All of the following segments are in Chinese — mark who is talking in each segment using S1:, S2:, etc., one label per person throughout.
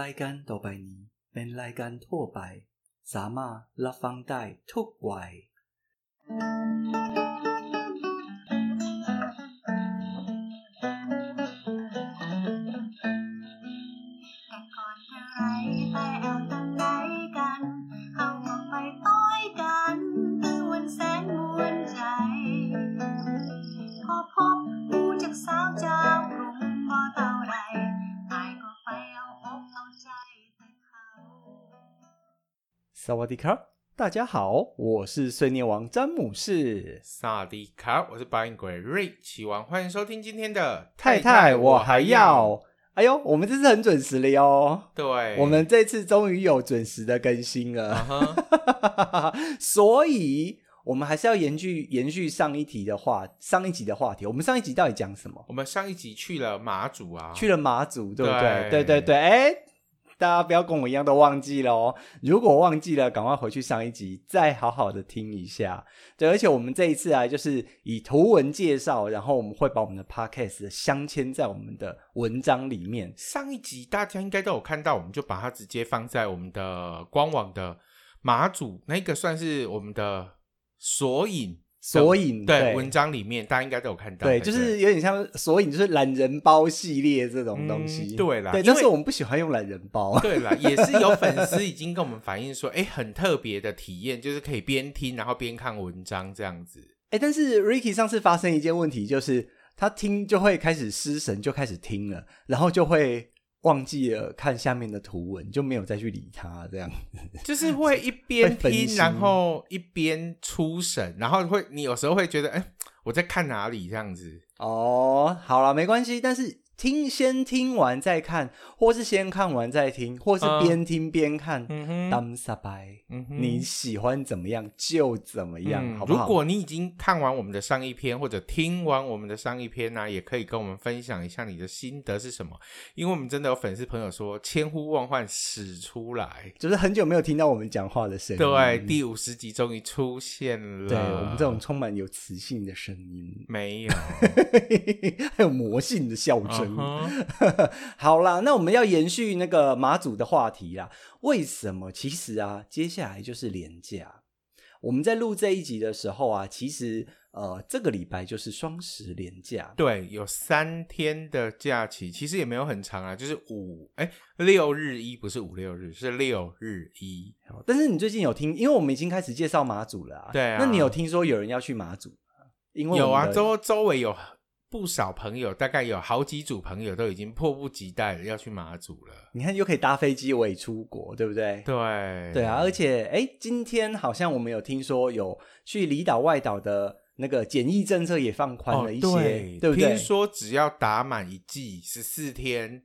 S1: รายการต่อไปนี้เป็นรายการทั่วไป สามารถรับฟังได้ทุกวัย
S2: แต่ก่อนแต่ไรแต่แอลตั้งไหนกัน เข้าออกไปต้อยกันคือวันแสนมวนใจ พอพบผู้จากสาวเจ้ากรุงพอเต่าไรตายก็ไปเอาอกเอาใจแต่เขา
S3: 萨瓦迪卡，大家好，我是碎念王詹姆士。
S4: 萨迪卡，我是表演鬼瑞奇王，欢迎收听今天的
S3: 太太，我还要。哎呦，我们这次很准时了哟！
S4: 对，
S3: 我们这次终于有准时的更新
S4: 嗯
S3: 了，
S4: 哼
S3: 所以我们还是要延续延续上一题的话，上一集的话题。我们上一集到底讲什么？
S4: 我们上一集去了马祖啊，
S3: 去了马祖，对不对？
S4: 对
S3: 对对对，哎，大家不要跟我一样都忘记了哦。如果忘记了，赶快回去上一集再好好的听一下。对，而且我们这一次啊，就是以图文介绍，然后我们会把我们的 podcast 镶嵌在我们的文章里面。
S4: 上一集大家应该都有看到，我们就把它直接放在我们的官网的马祖那个算是我们的索引
S3: 索引
S4: 对
S3: 对
S4: 文章里面，大家应该都有看到，
S3: 对，就是有点像索引，就是懒人包系列这种东西。
S4: 嗯对啦
S3: 对，
S4: 因为
S3: 但是我们不喜欢用懒人包。
S4: 对了，也是有粉丝已经跟我们反映说，哎，很特别的体验，就是可以边听然后边看文章这样子。
S3: 哎，但是 Ricky 上次发生一件问题，就是他听就会开始失神，就开始听了，然后就会忘记了看下面的图文，就没有再去理他这样。
S4: 就是会一边
S3: 分
S4: 听，
S3: 心
S4: 然后一边出神，然后会你有时候会觉得，哎、我在看哪里这样子？
S3: 哦，好了，没关系，但是听先听完再看，或是先看完再听，或是
S4: 嗯
S3: 边听边看，
S4: 嗯哼
S3: 当傻白。
S4: 嗯哼
S3: 你喜欢怎么样就怎么样，
S4: 嗯
S3: 好不
S4: 如
S3: 好？
S4: 果你已经看完我们的上一篇，或者听完我们的上一篇呢、啊也可以跟我们分享一下你的心得是什么，因为我们真的有粉丝朋友说千呼万唤始出来，
S3: 就是很久没有听到我们讲话的声音，
S4: 对，第五十集终于出现了，
S3: 对我们这种充满有磁性的声音，
S4: 没有，
S3: 还有魔性的笑声。
S4: 嗯哼
S3: 好啦，那我们要延续那个马祖的话题啦。为什么？其实啊，接下来就是廉假。我们在录这一集的时候啊，其实呃，这个礼拜就是双十连假。
S4: 对，有三天的假期，其实也没有很长啊，就是五哎六日一，不是五六日，是六日一。
S3: 但是你最近有听，因为我们已经开始介绍马祖了啊。
S4: 对啊
S3: 那你有听说有人要去马祖吗？因为
S4: 有
S3: 我
S4: 啊，
S3: 们的
S4: 周周围有不少朋友，大概有好几组朋友都已经迫不及待了要去马祖了。
S3: 你看又可以搭飞机，我也出国，对不对？
S4: 对
S3: 对啊，而且哎，诶今天好像我们有听说有去离岛外岛的那个检疫政策也放宽
S4: 哦
S3: 了一些，
S4: 对
S3: 不对
S4: 听？说只要打满一剂十四天，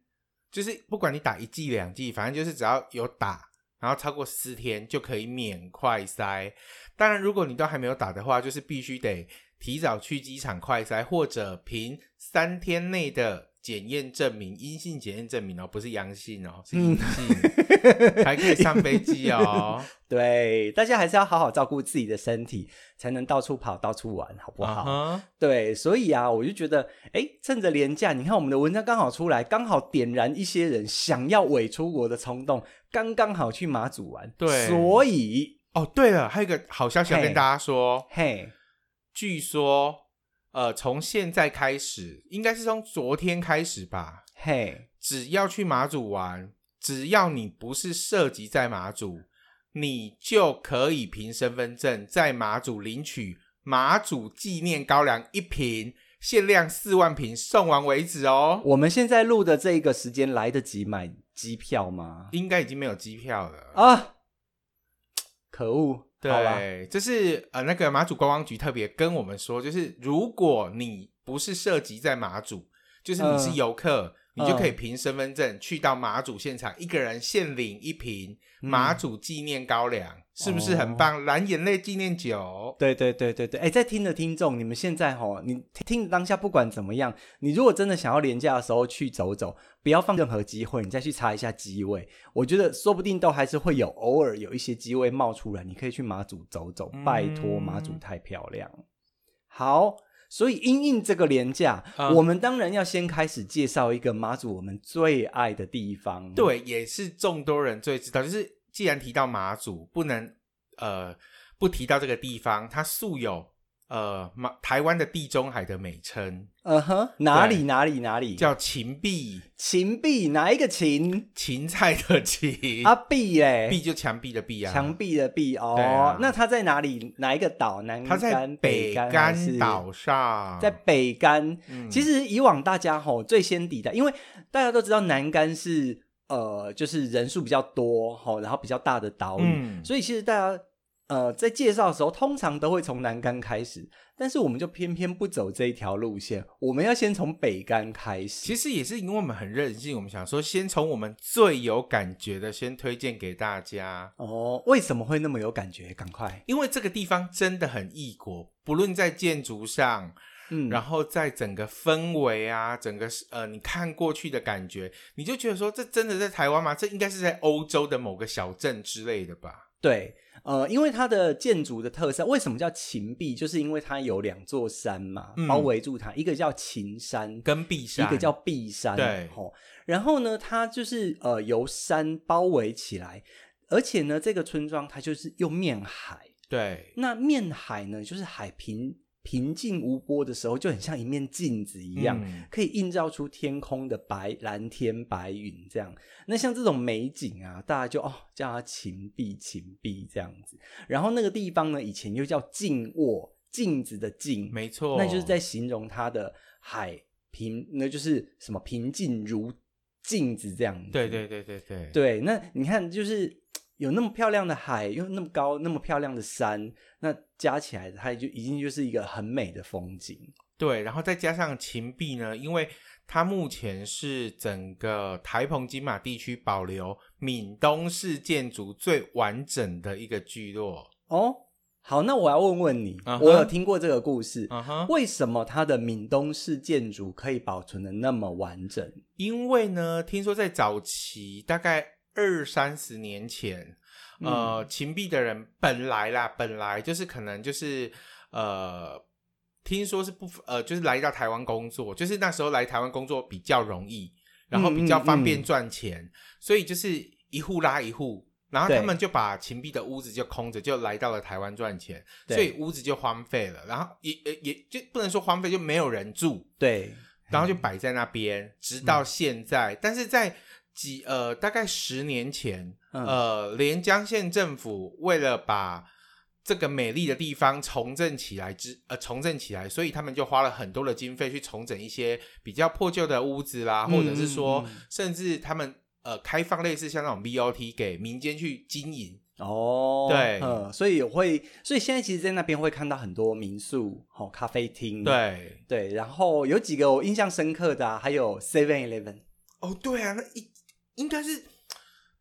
S4: 就是不管你打一剂两剂，反正就是只要有打，然后超过四天就可以免快筛。当然，如果你都还没有打的话，就是必须得提早去机场快筛，或者凭三天内的。检验证明，阴性检验证明哦，不是阳性哦，是
S3: 嗯
S4: 阴性，还可以上飞机哦。
S3: 对，大家还是要好好照顾自己的身体，才能到处跑、到处玩，好不好？
S4: 嗯哼
S3: 对，所以啊，我就觉得，哎，趁着廉价，你看我们的文章刚好出来，刚好点燃一些人想要伪出国的冲动，刚刚好去马祖玩。
S4: 对
S3: 所以，
S4: 哦，对了，还有一个好消息要
S3: 嘿
S4: 跟大家说，
S3: 嘿，
S4: 据说，呃，从现在开始，应该是从昨天开始吧。
S3: 嘿，
S4: 只要去马祖玩，只要你不是涉及在马祖，你就可以凭身份证在马祖领取马祖纪念高粱一瓶，限量四万瓶，送完为止哦。
S3: 我们现在录的这个时间来得及买机票吗？
S4: 应该已经没有机票了。
S3: 啊，可恶！好啦
S4: 对，这是呃那个马祖观光局特别跟我们说，就是如果你不是涉及在马祖，就是你是
S3: 嗯
S4: 游客，你就可以
S3: 嗯
S4: 凭身份证去到马祖现场，一个人限领一瓶
S3: 嗯
S4: 马祖纪念高粱，是不是很棒？蓝眼泪纪念酒，
S3: 对对对对对，哎，在听的听众，你们现在吼，你听听的当下不管怎么样，你如果真的想要廉价的时候去走走，不要放任何机会，你再去查一下机位，我觉得说不定都还是会有偶尔有一些机位冒出来，你可以去马祖走走，拜托
S4: 嗯
S3: 马祖太漂亮。好，所以因应这个廉价，
S4: 嗯
S3: 我们当然要先开始介绍一个马祖我们最爱的地方。，
S4: 对，也是众多人最知道，就是既然提到马祖，不能呃不提到这个地方，它素有呃马台湾的地中海的美称，
S3: 嗯哼，哪里
S4: 对
S3: 哪里哪里
S4: 叫芹壁，
S3: 芹壁哪一个芹？
S4: 芹菜的芹，
S3: 啊壁嘞，
S4: 壁就墙壁的壁啊，
S3: 墙壁的壁哦、
S4: 对啊
S3: 那它在哪里？哪一个岛？南
S4: 它在
S3: 干、
S4: 北
S3: 干还
S4: 干
S3: 是
S4: 岛上，
S3: 在北干。
S4: 嗯
S3: 其实以往大家吼最先抵达，因为大家都知道南干是呃，就是人数比较多吼，然后比较大的岛屿，
S4: 嗯
S3: 所以其实大家呃在介绍的时候，通常都会从南干开始，但是我们就偏偏不走这一条路线，我们要先从北干开始。
S4: 其实也是因为我们很任性，我们想说先从我们最有感觉的先推荐给大家。
S3: 哦，为什么会那么有感觉？赶快，
S4: 因为这个地方真的很异国，不论在建筑上，
S3: 嗯，
S4: 然后在整个氛围啊，整个呃，你看过去的感觉，你就觉得说，这真的在台湾吗？这应该是在欧洲的某个小镇之类的吧？
S3: 对，呃，因为它的建筑的特色，为什么叫秦壁？就是因为它有两座山嘛，
S4: 嗯
S3: 包围住它，一个叫秦山，
S4: 跟碧山
S3: 一个叫壁山，
S4: 对
S3: 吼。然后呢，它就是呃由山包围起来，而且呢，这个村庄它就是又面海，
S4: 对，
S3: 那面海呢，就是海平平静无波的时候，就很像一面镜子一样，
S4: 嗯
S3: 可以映照出天空的白蓝天白云这样。那像这种美景啊，大家就哦叫它秦壁秦壁这样子。然后那个地方呢，以前又叫静卧镜子的镜，
S4: 没错，
S3: 那就是在形容它的海平，那就是什么平静如镜子这样子。
S4: 对对对对对
S3: 对，那你看，就是有那么漂亮的海，又那么高，那么漂亮的山，那加起来，它就已经就是一个很美的风景。
S4: 对，然后再加上秦壁呢，因为它目前是整个台澎金马地区保留闽东式建筑最完整的一个聚落。
S3: 哦，好，那我要问问你
S4: 啊哈
S3: 我有听过这个故事
S4: 嗯哼，
S3: 为什么它的闽东式建筑可以保存的那么完整？
S4: 因为呢，听说在早期，大概二三十年前，
S3: 嗯
S4: 呃，秦壁的人本来啦，本来就是可能就是呃，听说是不呃，就是来到台湾工作，就是那时候来台湾工作比较容易，然后比较方
S3: 嗯
S4: 便
S3: 嗯
S4: 赚钱，所以就是一户拉一户。然后
S3: 对
S4: 他们就把秦壁的屋子就空着，就来到了台湾赚钱，
S3: 对
S4: 所以屋子就荒废了。然后也也也就不能说荒废，就没有人住。
S3: 对，
S4: 然后就摆在那边，直
S3: 嗯
S4: 到现在。但是在几呃大概十年前，
S3: 嗯
S4: 呃，连江县政府为了把这个美丽的地方重振起来之呃重振起来，所以他们就花了很多的经费去重整一些比较破旧的屋子啦，
S3: 嗯
S4: 或者是说，
S3: 嗯嗯
S4: 甚至他们呃开放类似像那种 BOT 给民间去经营。
S3: 哦，
S4: 对
S3: 嗯，所以我会，所以现在其实，在那边会看到很多民宿、好、咖啡厅，
S4: 对，
S3: 对，然后有几个我印象深刻的、啊，还有 Seven Eleven。
S4: 哦对啊，那一应该是。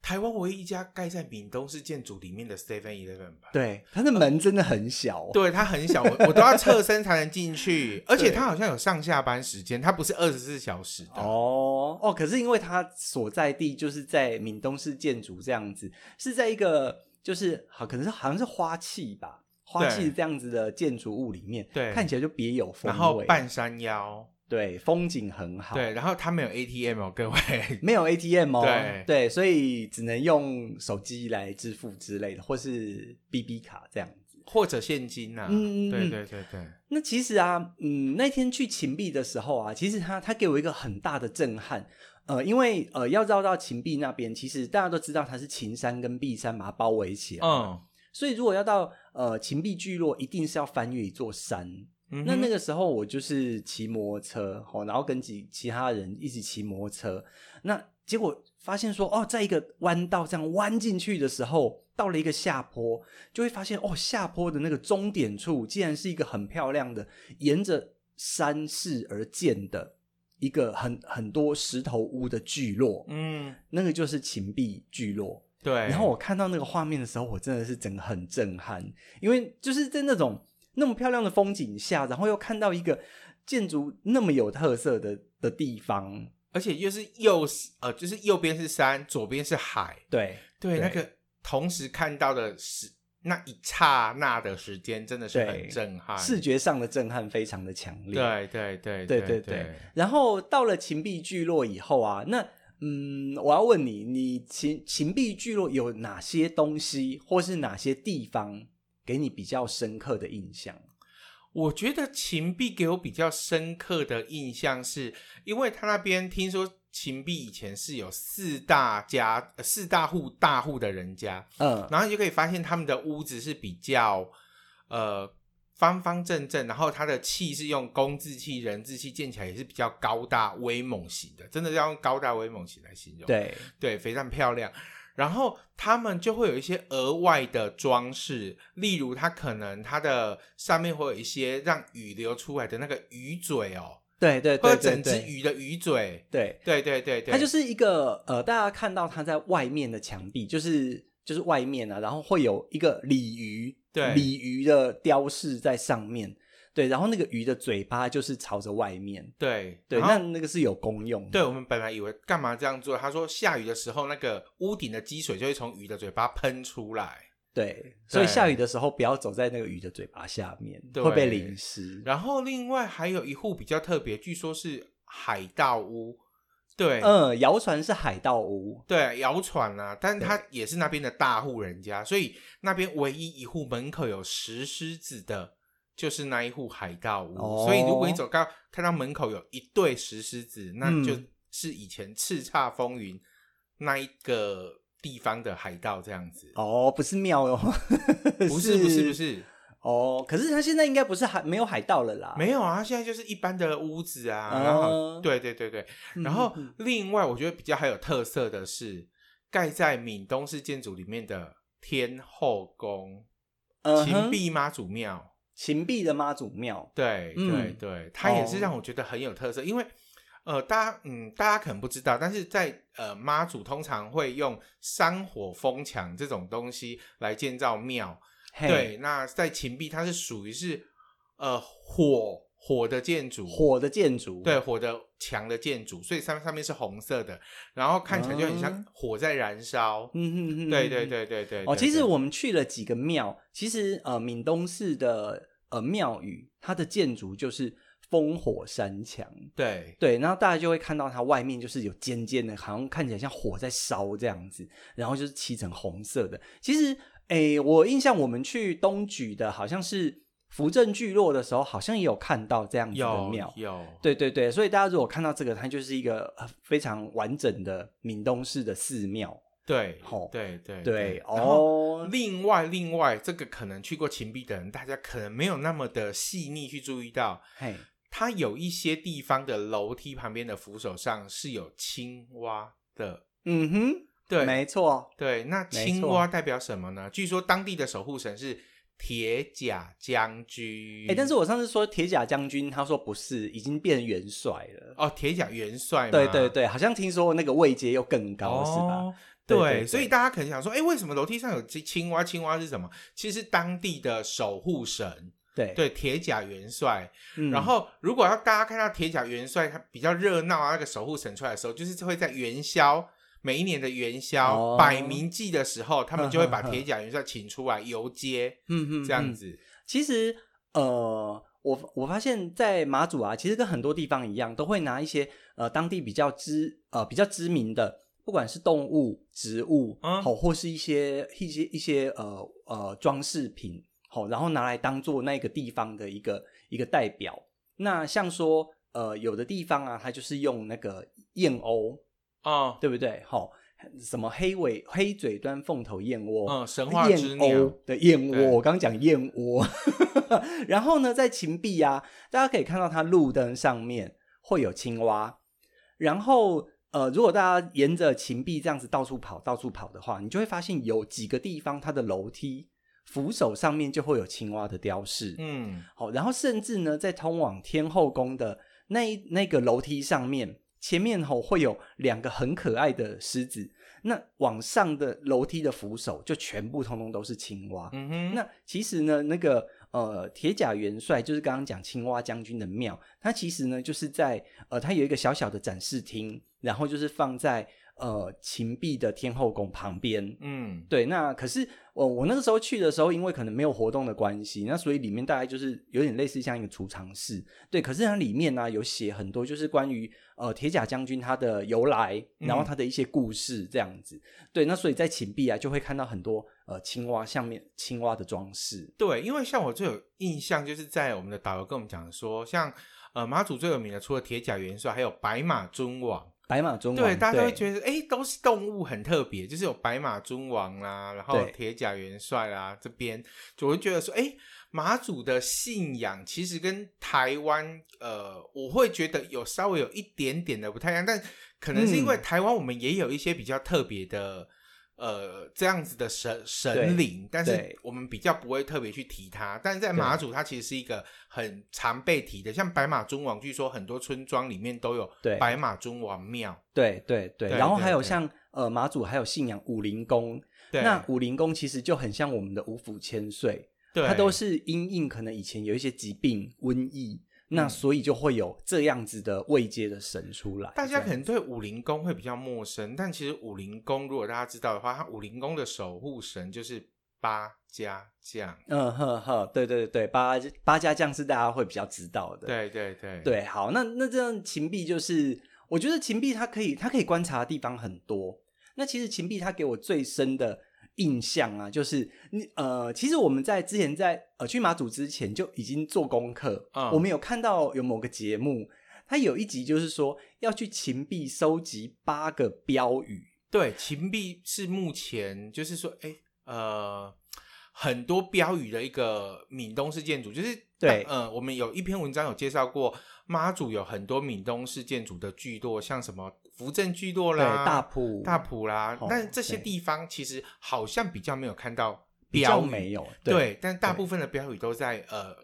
S4: 台湾唯一一家盖在闽东式建筑里面的 Seven Eleven 吧？
S3: 对，它的门真的很小。
S4: 对，它很小，我我都要侧身才能进去，而且它好像有上下班时间，它不是二十四小时的。
S3: 哦哦，可是因为它所在地就是在闽东式建筑这样子，是在一个就是好，可能是好像是花器吧，花器
S4: 对
S3: 这样子的建筑物里面，
S4: 对
S3: 看起来就别有风
S4: 然后
S3: 味。
S4: 半山腰，
S3: 对，风景很好。
S4: 对，，然后它没有 ATM 哦，各位，
S3: 没有 ATM 哦，
S4: 对
S3: 所以只能用手机来支付之类的，或是 BB 卡这样子。
S4: 或者现金呐、
S3: 嗯嗯嗯
S4: 对对对对，
S3: 那其实啊，嗯，那天去秦壁的时候啊，其实他他给我一个很大的震撼，呃，因为呃要绕到秦壁那边，其实大家都知道它是秦山跟壁山把它包围起来，，
S4: 嗯，
S3: 所以如果要到呃秦壁聚落，一定是要翻越一座山。
S4: 嗯哼
S3: 那那个时候我就是骑摩托车，哦，然后跟几其他人一起骑摩托车，那结果发现说，哦，在一个弯道这样弯进去的时候，到了一个下坡，就会发现哦，下坡的那个终点处竟然是一个很漂亮的，沿着山势而建的一个很很多石头屋的聚落，
S4: 嗯，
S3: 那个就是秦壁聚落。
S4: 对。
S3: 然后我看到那个画面的时候，我真的是整个很震撼，因为就是在那种那么漂亮的风景下，然后又看到一个建筑那么有特色的的地方，
S4: 而且又是右呃，就是右边是山，左边是海，
S3: 对
S4: 对，
S3: 对
S4: 那个同时看到的是那一刹那的时间真的是
S3: 对
S4: 很震撼，
S3: 视觉上的震撼非常的强烈。
S4: 对对对
S3: 对对
S4: 对
S3: 对。然后到了秦壁聚落以后啊，那嗯，我要问你，你秦秦壁聚落有哪些东西，或是哪些地方给你比较深刻的印象？
S4: 我觉得秦壁给我比较深刻的印象是，因为他那边听说秦壁以前是有四大家、呃四大户大户的人家，
S3: 嗯，
S4: 然后你就可以发现他们的屋子是比较呃方方正正，然后它的气是用工字气、人字气建起来也是比较高大威猛型的，真的要用高大威猛型来形容。
S3: 对，
S4: 对，非常漂亮。然后他们就会有一些额外的装饰，例如它可能它的上面会有一些让雨流出来的那个鱼嘴哦，
S3: 对对
S4: 或
S3: 对
S4: 者
S3: 对
S4: 整只
S3: 对，
S4: 鱼的鱼嘴。
S3: 对，
S4: 对对对对，
S3: 它就是是一个呃，大家看到它在外面的墙壁，就是就是外面啊，然后会有一个鲤鱼，
S4: 对
S3: 鲤鱼的雕饰在上面，对，然后那个鱼的嘴巴就是朝着外面，
S4: 对
S3: 对，
S4: 然
S3: 那
S4: 后
S3: 那个是有功用的，
S4: 对我们本来以为干嘛这样做，他说下雨的时候那个屋顶的积水就会从鱼的嘴巴喷出来。
S3: 对，所以下雨的时候不要走在那个鱼的嘴巴下面，
S4: 对
S3: 会被淋湿。
S4: 然后另外还有一户比较特别，据说是海盗屋。对，
S3: 嗯，谣传是海盗屋，
S4: 对，谣传啊，但他也是那边的大户人家，所以那边唯一一户门口有石狮子的，就是那一户海盗屋。
S3: 哦
S4: 所以如果你走到看到门口有一对石狮子，那
S3: 嗯
S4: 就是以前叱咤风云那一个地方的海盗这样子。
S3: 哦，不是庙哦，
S4: 不是不是不是，
S3: 哦，可是他现在应该不是海，没有海盗了啦。
S4: 没有啊，现在就是一般的屋子啊。
S3: 啊
S4: 然后对对对对，
S3: 嗯，
S4: 然后
S3: 嗯
S4: 另外我觉得比较还有特色的是盖在闽东式建筑里面的天后宫。
S3: 嗯
S4: 秦
S3: 哼
S4: 壁妈祖庙，
S3: 秦壁的妈祖庙，
S4: 对
S3: 嗯
S4: 对对，它也
S3: 哦
S4: 是让我觉得很有特色，因为呃，大家嗯，大家可能不知道，但是在呃妈祖通常会用山火风墙这种东西来建造庙，
S3: 嘿
S4: 对，那在秦壁它是属于是呃火火的建筑，
S3: 火的建筑，
S4: 对，火的墙的建筑，所以上上面是红色的，然后看起来就很像
S3: 嗯
S4: 火在燃烧，
S3: 嗯哼哼，
S4: 对对对对对，
S3: 哦，
S4: 对
S3: 其实
S4: 对
S3: 我们去了几个庙，其实呃，闽东市的呃庙宇，它的建筑就是烽火山墙，
S4: 对
S3: 对，然后大家就会看到它外面就是有尖尖的，好像看起来像火在烧这样子，然后就是漆成红色的。其实，诶，我印象我们去东莒的好像是扶正聚落的时候，好像也有看到这样子的
S4: 有
S3: 庙。
S4: 有
S3: 对对对，所以大家如果看到这个，它就是一个呃非常完整的闽东式的寺庙。
S4: 对，
S3: 吼
S4: 对对
S3: 对，
S4: 然后
S3: 哦，
S4: 另外另外，这个可能去过秦壁的人，大家可能没有那么的细腻去注意到，
S3: 嘿，
S4: 它有一些地方的楼梯旁边的扶手上是有青蛙的。
S3: 嗯哼，
S4: 对
S3: 没错，
S4: 对，那
S3: 没
S4: 青
S3: 错
S4: 蛙代表什么呢？据说当地的守护神是铁甲将军。
S3: 哎、但是我上次说铁甲将军，他说不是，已经变元帅了。
S4: 哦，铁甲元帅嘛，
S3: 对对对，好像听说那个位阶又更高，是吧？
S4: 哦
S3: 对
S4: 对
S3: 对对
S4: 所以大家可能想说，哎，为什么楼梯上有青青蛙？青蛙是什么？其实是当地的守护神，
S3: 对，
S4: 对，铁甲元帅。
S3: 嗯
S4: 然后，如果要大家看到铁甲元帅他比较热闹啊，那个守护神出来的时候，就是会在元宵每一年的元宵、
S3: 哦
S4: 百名祭的时候，他们就会把
S3: 呵呵呵
S4: 铁甲元帅请出来游街，
S3: 嗯嗯，
S4: 这样
S3: 嗯。
S4: 子。
S3: 其实呃，我我发现，在马祖啊，其实跟很多地方一样，都会拿一些呃当地比较知呃比较知名的，不管是动物、植物，
S4: 嗯
S3: 好、或是一些一些一些呃呃装饰品，好、然后拿来当做那个地方的一个一个代表。那像说呃，有的地方啊，它就是用那个燕鸥，
S4: 哦，
S3: 对不对？好、什么黑尾黑嘴端凤头燕窝，
S4: 嗯，神话
S3: 燕
S4: 之
S3: 鸥
S4: 鸟，
S3: 的燕窝，
S4: 对
S3: 我刚讲燕窝。 然后呢，在秦壁啊，大家可以看到它路灯上面会有青蛙。然后呃，如果大家沿着秦壁这样子到处跑、到处跑的话，你就会发现有几个地方它的楼梯扶手上面就会有青蛙的雕饰。
S4: 嗯，
S3: 好，然后甚至呢，在通往天后宫的那一那个楼梯上面，前面吼、会有两个很可爱的狮子，那往上的楼梯的扶手就全部通通都是青蛙。
S4: 嗯哼，
S3: 那其实呢，那个呃铁甲元帅就是刚刚讲青蛙将军的庙，它其实呢就是在呃它有一个小小的展示厅，然后就是放在。呃秦壁的天后宫旁边。
S4: 嗯，
S3: 对，那可是我我那个时候去的时候，因为可能没有活动的关系，那所以里面大概就是有点类似像一个储藏室，对。可是它里面呢、有写很多就是关于呃铁甲将军他的由来，然后
S4: 嗯
S3: 他的一些故事这样子，对。那所以在秦壁啊就会看到很多呃青蛙下面青蛙的装饰，
S4: 对，因为像我最有印象，就是在我们的导游跟我们讲说，像呃马祖最有名的，除了铁甲元帅，还有白马尊王。
S3: 白马尊王，
S4: 对，大家都会
S3: 对
S4: 觉得，哎，都是动物很特别，就是有白马尊王啦，然后
S3: 对
S4: 铁甲元帅啦，这边就会觉得说，哎，马祖的信仰其实跟台湾，呃，我会觉得有稍微有一点点的不太一样，但可能是因为
S3: 嗯
S4: 台湾我们也有一些比较特别的。呃，这样子的神神灵，但是
S3: 对
S4: 我们比较不会特别去提它。但是在马祖，它其实是一个很常被提的，像白马尊王，据说很多村庄里面都有
S3: 对
S4: 白马尊王庙。
S3: 对对对，
S4: 对
S3: 然后
S4: 对
S3: 还有
S4: 对
S3: 像呃马祖还有信仰武林宫，
S4: 对，
S3: 那武林宫其实就很像我们的五府千岁，
S4: 对
S3: 它都是因应可能以前有一些疾病、瘟疫，那
S4: 嗯
S3: 所以就会有这样子的未接的神出来。
S4: 大家
S3: 这
S4: 可
S3: 样
S4: 能对武林宫会比较陌生，但其实武林宫如果大家知道的话，它武林宫的守护神就是八家将。
S3: 嗯呵呵，对对对，八八家将是大家会比较知道的。
S4: 对对对
S3: 对，好，那那这样秦壁就是，我觉得秦壁它可以它可以观察的地方很多。那其实秦壁它给我最深的印象啊，就是你呃，其实我们在之前在呃去马祖之前就已经做功课，
S4: 嗯
S3: 我们有看到有某个节目，它有一集就是说要去秦壁收集八个标语，
S4: 对，秦壁是目前就是说，哎、呃，很多标语的一个闽东式建筑，就是
S3: 对
S4: 呃，我们有一篇文章有介绍过，妈祖有很多闽东式建筑的聚落，像什么福正聚落
S3: 对，
S4: 啦、
S3: 大埔
S4: 大埔啦，
S3: 哦
S4: 但这些
S3: 对
S4: 地方其实好像比较没有看到
S3: 比较
S4: 标语，
S3: 没有，
S4: 对，但大
S3: 对
S4: 部分的标语都在呃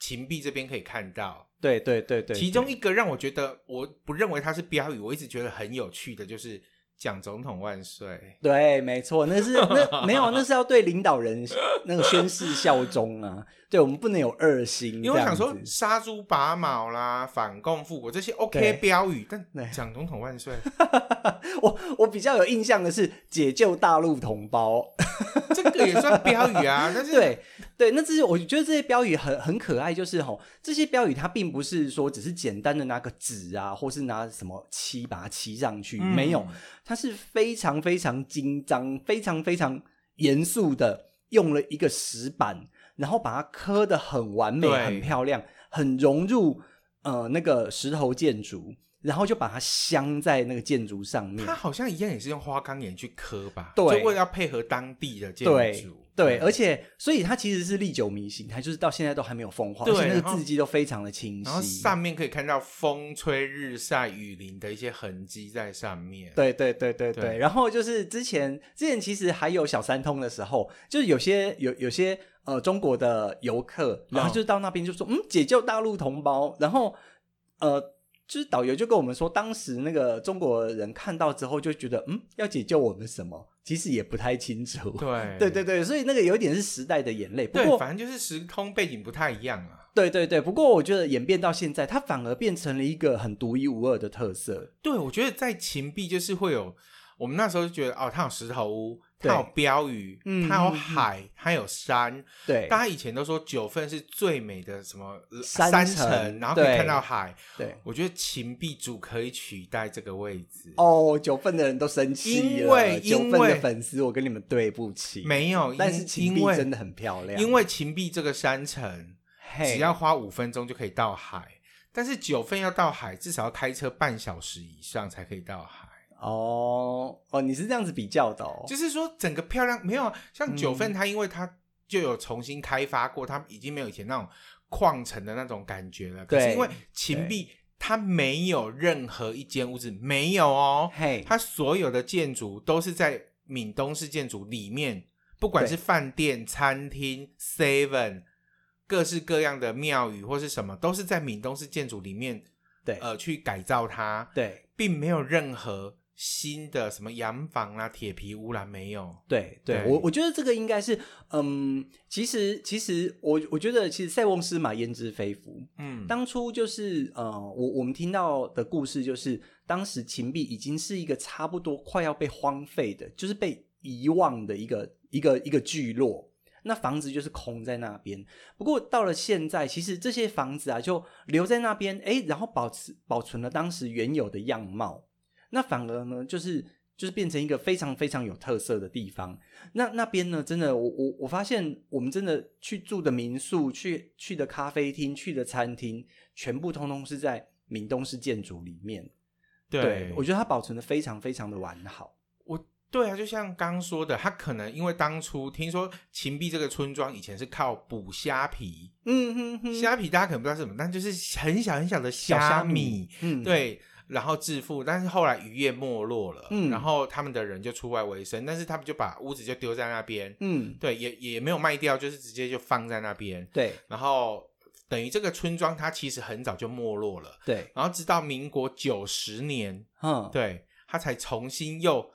S4: 秦壁这边可以看到。
S3: 对对对对，
S4: 其中一个让我觉得我不认为它是标语，我一直觉得很有趣的就是“蒋总统万岁
S3: 对，没错，那 是那没有，那是要对领导人那个宣誓效忠啊。对，我们不能有二心”，。
S4: 因为我想说
S3: 这样子
S4: 杀猪拔毛啦、反共复国这些 OK
S3: 对
S4: 标语，但
S3: 对
S4: 蒋总统万岁，
S3: 我我比较有印象的是解救大陆同胞。
S4: 这个也算标语啊。但 是
S3: 对对，那这些我觉得这些标语很很可爱，就是吼，这些标语它并不是说只是简单的拿个纸啊，或是拿什么漆把它漆上去，
S4: 嗯
S3: 没有，它是非常非常紧张、非常非常严肃的，用了一个石板，然后把它刻的很完美、
S4: 对
S3: 很漂亮，很融入呃那个石头建筑，然后就把它镶在那个建筑上面
S4: 它。好像一样也是用花岗岩去刻吧，
S3: 对
S4: 就为了要配合当地的建
S3: 对
S4: 筑。
S3: 对，而
S4: 且
S3: 且所以它其实是历久弥新，它就是到现在都还没有风化，而
S4: 对
S3: 且那
S4: 然后
S3: 个字迹都非常的清
S4: 然后
S3: 晰。
S4: 上面可以看到风吹日晒雨淋的一些痕迹在上面。
S3: 对对对对
S4: 对
S3: 对，然后就是之前之前其实还有小三通的时候，就是有些有有些呃中国的游客，然后就到那边就说、嗯解救大陆同胞，然后呃就是导游就跟我们说，当时那个中国人看到之后就觉得嗯要解救我们什么，其实也不太清楚。
S4: 对
S3: 对对对，所以那个有一点是时代的眼泪，不
S4: 对，
S3: 过
S4: 反正就是时空背景不太一样啊。
S3: 对对对，不过我觉得演变到现在，它反而变成了一个很独一无二的特色。
S4: 对，我觉得在秦壁就是会有，我们那时候就觉得哦，它有石头屋，它有
S3: 对
S4: 标语，
S3: 嗯
S4: 它有
S3: 嗯嗯
S4: 海，它有山。
S3: 对，
S4: 大家以前都说九份是最美的什么呃
S3: 山
S4: 山
S3: 城
S4: 城，然后可以
S3: 对
S4: 看到海。
S3: 对
S4: 我觉得秦壁主可以取代这个位置。
S3: 哦，九份的人都生气了，
S4: 因为
S3: 九
S4: 因
S3: 份
S4: 为
S3: 的粉丝，我跟你们对不起。
S4: 没有，
S3: 但
S4: 因
S3: 是秦
S4: 因
S3: 壁
S4: 为
S3: 真的很漂亮，
S4: 因为秦壁这个山城，
S3: 嘿
S4: 只要花五分钟就可以到海，但是九份要到海，至少要开车半小时以上才可以到海。
S3: 哦哦，你是这样子比较的哦，
S4: 就是说整个漂亮没有啊像
S3: 嗯
S4: 九份，它因为它就有重新开发过，它已经没有以前那种矿城的那种感觉了。可
S3: 对
S4: 是因为秦壁，它没有任何一间屋子没有哦，
S3: 嘿，
S4: 它所有的建筑都是在闽东式建筑里面，不管
S3: 对
S4: 是饭店、餐厅、Seven。各式各样的庙宇或是什么，都是在闽东式建筑里面，呃
S3: 对
S4: 呃，去改造它，
S3: 对
S4: 并没有任何新的什么洋房啦、铁皮屋啦没有。
S3: 对对，
S4: 对
S3: 我我觉得这个应该是，嗯，其实其实我我觉得其实塞翁失马焉知非福，
S4: 嗯
S3: 当初就是呃，我我们听到的故事就是，当时秦壁已经是一个差不多快要被荒废的，就是被遗忘的一个一个一个聚落。那房子就是空在那边。不过到了现在，其实这些房子啊，就留在那边，哎，然后保持保存了当时原有的样貌。那反而呢，就是就是变成一个非常非常有特色的地方。那那边呢，真的，我我我发现，我们真的去住的民宿、去去的咖啡厅、去的餐厅，全部通通是在闽东式建筑里面。
S4: 对，
S3: 我觉得它保存的非常非常的完好。
S4: 我对啊，就像刚说的，他可能因为当初听说秦壁这个村庄以前是靠捕虾皮，
S3: 嗯哼哼
S4: 虾皮大家可能不知道是什么，但就是很小很小的
S3: 小虾
S4: 米，，
S3: 嗯，，
S4: 对，然后致富，但是后来渔业没落了，
S3: 嗯
S4: 然后他们的人就出外为生，但是他们就把屋子就丢在那边，
S3: 嗯，
S4: 对，也也没有卖掉，就是直接就放在那边，
S3: 对
S4: 然后等于这个村庄它其实很早就没落了，
S3: 对，
S4: 然后直到民国九十年，
S3: 嗯，，
S4: 对，它才重新又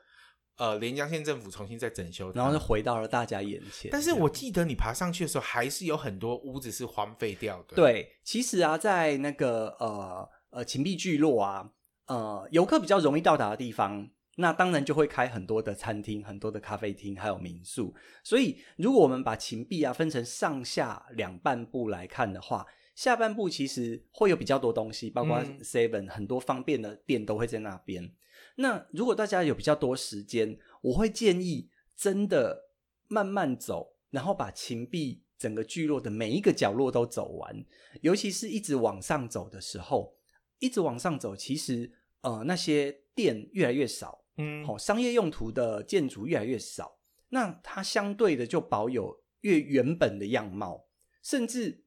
S4: 呃连江县政府重新再整修它，
S3: 然后就回到了大家眼前。
S4: 但是我记得你爬上去的时候，还是有很多屋子是荒废掉的，，
S3: 对，其实啊，在那个呃呃秦壁聚落啊，呃游客比较容易到达的地方，那当然就会开很多的餐厅、很多的咖啡厅，还有民宿。所以，如果我们把秦壁啊分成上下两半部来看的话，下半部其实会有比较多东西，包括
S4: 嗯
S3: Seven、很多方便的店都会在那边。那如果大家有比较多时间，我会建议真的慢慢走，然后把秦壁整个聚落的每一个角落都走完，尤其是一直往上走的时候，一直往上走，其实呃那些店越来越少，
S4: 嗯，
S3: 好、商业用途的建筑越来越少，那它相对的就保有越原本的样貌，甚至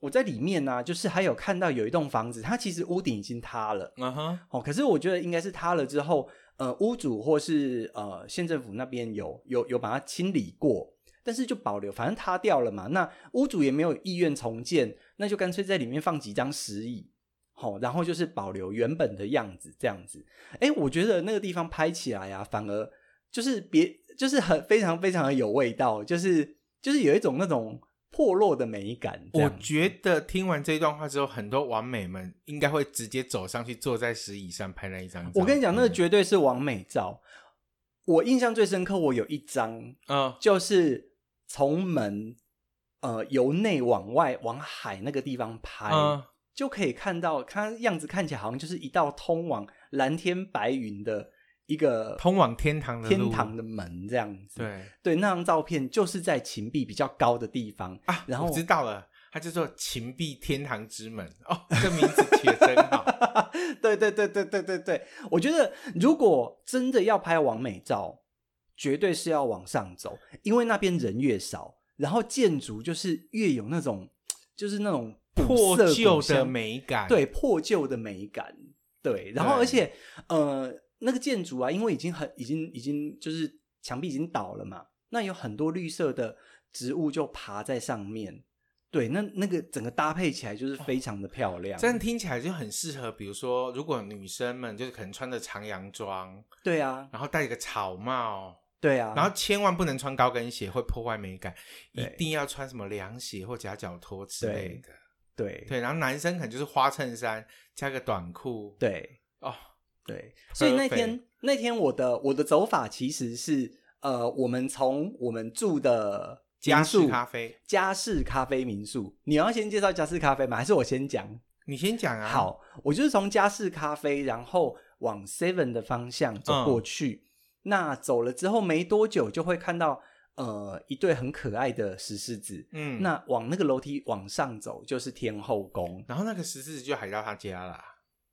S3: 我在里面呢、就是还有看到有一栋房子，它其实屋顶已经塌了，
S4: 嗯哼，
S3: 哦，可是我觉得应该是塌了之后，呃，屋主或是呃县政府那边有有有把它清理过。但是就保留，反正塌掉了嘛。那屋主也没有意愿重建，那就干脆在里面放几张石椅，好、然后就是保留原本的样子，这样子。哎，我觉得那个地方拍起来啊，反而就是别，就是很非常非常的有味道，就是就是有一种那种破落的美感。这
S4: 我
S3: 样
S4: 觉得听完这段话之后，很多网美们应该会直接走上去，坐在石椅上拍那一张。
S3: 我跟你讲，那
S4: 嗯
S3: 个，绝对是完美照。我印象最深刻，我有一张
S4: 嗯
S3: 就是从门呃由内往外往海那个地方拍，
S4: 嗯
S3: 就可以看到它样子看起来好像就是一道通往蓝天白云的一个
S4: 通往天堂的路
S3: 天堂的门这样子。
S4: 对
S3: 对，那张照片就是在秦壁比较高的地方，
S4: 啊，
S3: 然后
S4: 我知道了。他就说“秦壁天堂之门”哦，这名字起的真 好。
S3: 对对对对对对对，我觉得如果真的要拍完美照，绝对是要往上走，因为那边人越少，然后建筑就是越有那种就是那种古
S4: 破
S3: 色古
S4: 旧的
S3: 香
S4: 美感，
S3: 对破旧的美感，对，然后
S4: 对
S3: 而且呃那个建筑啊，因为已经很已经已经就是墙壁已经倒了嘛，那有很多绿色的植物就爬在上面。对，那那个整个搭配起来就是
S4: 哦
S3: 非常的漂亮，
S4: 这样听起来就很适合，比如说，如果女生们就是可能穿着长洋装，
S3: 对啊，
S4: 然后戴一个草帽，
S3: 对啊，
S4: 然后千万不能穿高跟鞋，会破坏美感，一
S3: 对
S4: 定要穿什么凉鞋或夹脚拖之类的。
S3: 对
S4: 对，然后男生可能就是花衬衫加个短裤。
S3: 对
S4: 哦，
S3: 对，所以那
S4: Perfect
S3: 天那天我的我的走法其实是呃，我们从我们住的
S4: 家
S3: 民
S4: 式
S3: 宿
S4: 咖啡，
S3: 家式咖啡民宿，你要先介绍家式咖啡吗？还是我先讲？
S4: 你先讲啊。，
S3: 好，我就是从家式咖啡，然后往 Seven 的方向走过
S4: 嗯
S3: 去。那走了之后没多久，就会看到呃一对很可爱的石狮子。
S4: 嗯，
S3: 那往那个楼梯往上走就是天后宫。
S4: 然后那个十四就海到他家啦。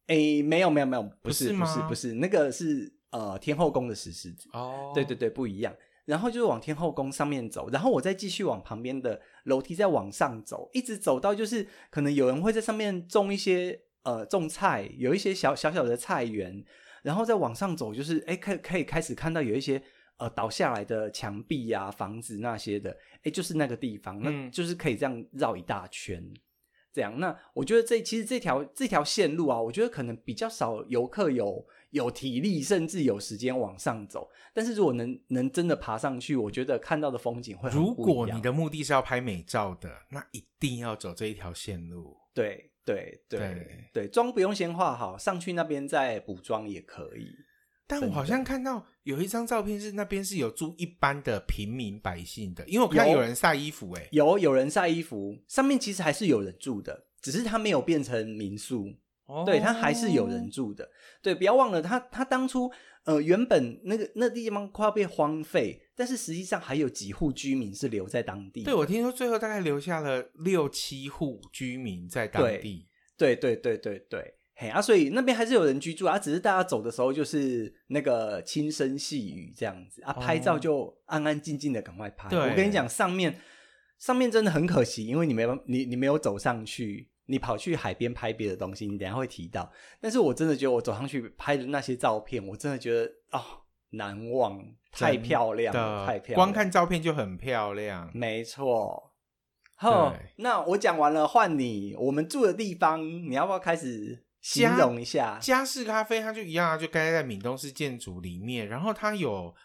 S3: 诶，没有没有没有，不
S4: 不是
S3: 是不是
S4: 吗
S3: 不是，那个是呃天后宫的石狮子，
S4: 哦，
S3: 对对对，不一样。然后就是往天后宫上面走，然后我再继续往旁边的楼梯再往上走，一直走到就是可能有人会在上面种一些呃种菜，有一些小小小的菜园，然后再往上走就是诶，可以可以开始看到有一些呃倒下来的墙壁呀、房子那些的，诶，就是那个地方，那
S4: 嗯
S3: 就是可以这样绕一大圈。这样，那我觉得这其实这条这条线路啊，我觉得可能比较少游客有有体力，甚至有时间往上走。但是如果能能真的爬上去，我觉得看到的风景会很
S4: 如
S3: 不一
S4: 果
S3: 样
S4: 你的目的是要拍美照的，那一定要走这一条线路。
S3: 对对对
S4: 对
S3: 对妆不用先化好，上去那边再补妆也可以。
S4: 但
S3: 真
S4: 我
S3: 的
S4: 好像看到有一张照片是那边是有住一般的平民百姓的，因为我看
S3: 有
S4: 有人晒衣服、欸，哎，
S3: 有有人晒衣服，上面其实还是有人住的，只是它没有变成民宿，哦对，它还是有
S4: 哦
S3: 人住的。对，不要忘了，它它当初呃原本那个那地方快要被荒废，但是实际上还有几户居民是留在当地。
S4: 对，我听说最后大概留下了六七户居民在当
S3: 对
S4: 地。
S3: 对对对对对，嘿啊，所以那边还是有人居住啊，只是大家走的时候就是那个轻声细语这样子啊，
S4: 哦
S3: 拍照就安安静静的赶快拍。
S4: 对
S3: 我跟你讲，上面上面真的很可惜，因为你没办你你没有走上去。你跑去海边拍别的东西，你等一下会提到。但是我真的觉得我走上去拍的那些照片，我真的觉得哦难忘，太
S4: 真
S3: 漂亮了，
S4: 的，
S3: 太漂亮了。
S4: 光看照片就很漂亮。
S3: 没错。好
S4: 对，
S3: 那我讲完了，换你。我们住的地方，你要不要开始形
S4: 家
S3: 容一下？
S4: 嘉士咖啡它就一样啊，就盖在闽东市建筑里面，然后它有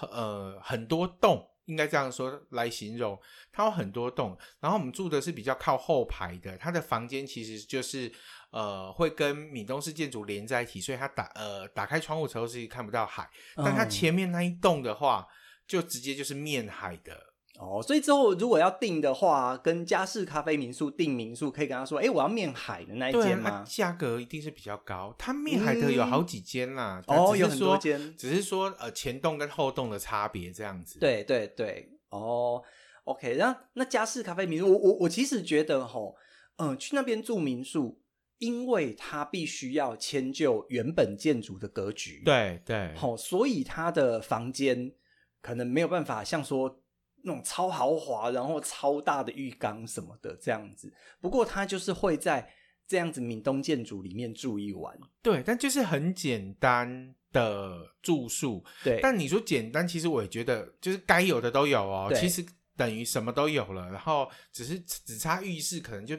S4: 呃很多栋，应该这样说来形容，它有很多栋。然后我们住的是比较靠后排的，它的房间其实就是呃会跟闽东市建筑连在一起，所以它打呃打开窗户之后是看不到海，但它
S3: 嗯
S4: 前面那一栋的话，就直接就是面海的。
S3: 哦，所以之后如果要订的话，跟家事咖啡民宿订民宿，可以跟他说：“哎、我要面海的那一
S4: 对
S3: 间
S4: 啊，那
S3: 吗嗯
S4: 价格一定是比较高。它面海的有好几间啦？”，但
S3: 哦，
S4: 只是
S3: 有很多
S4: 说
S3: 间。
S4: 只是说呃前栋跟后栋的差别这样子。，
S3: 对对对，哦，OK。那那家事咖啡民宿，我我我其实觉得吼，嗯、去那边住民宿，因为它必须要迁就原本建筑的格局。。
S4: 对对，
S3: 好、所以他的房间可能没有办法像说那种超豪华，然后超大的浴缸什么的这样子。不过他就是会在这样子闽东建筑里面住一晚，
S4: 对，但就是很简单的住宿。
S3: 对，
S4: 但你说简单，其实我也觉得就是该有的都有哦。
S3: 对
S4: 其实等于什么都有了，然后只是只差浴室，可能就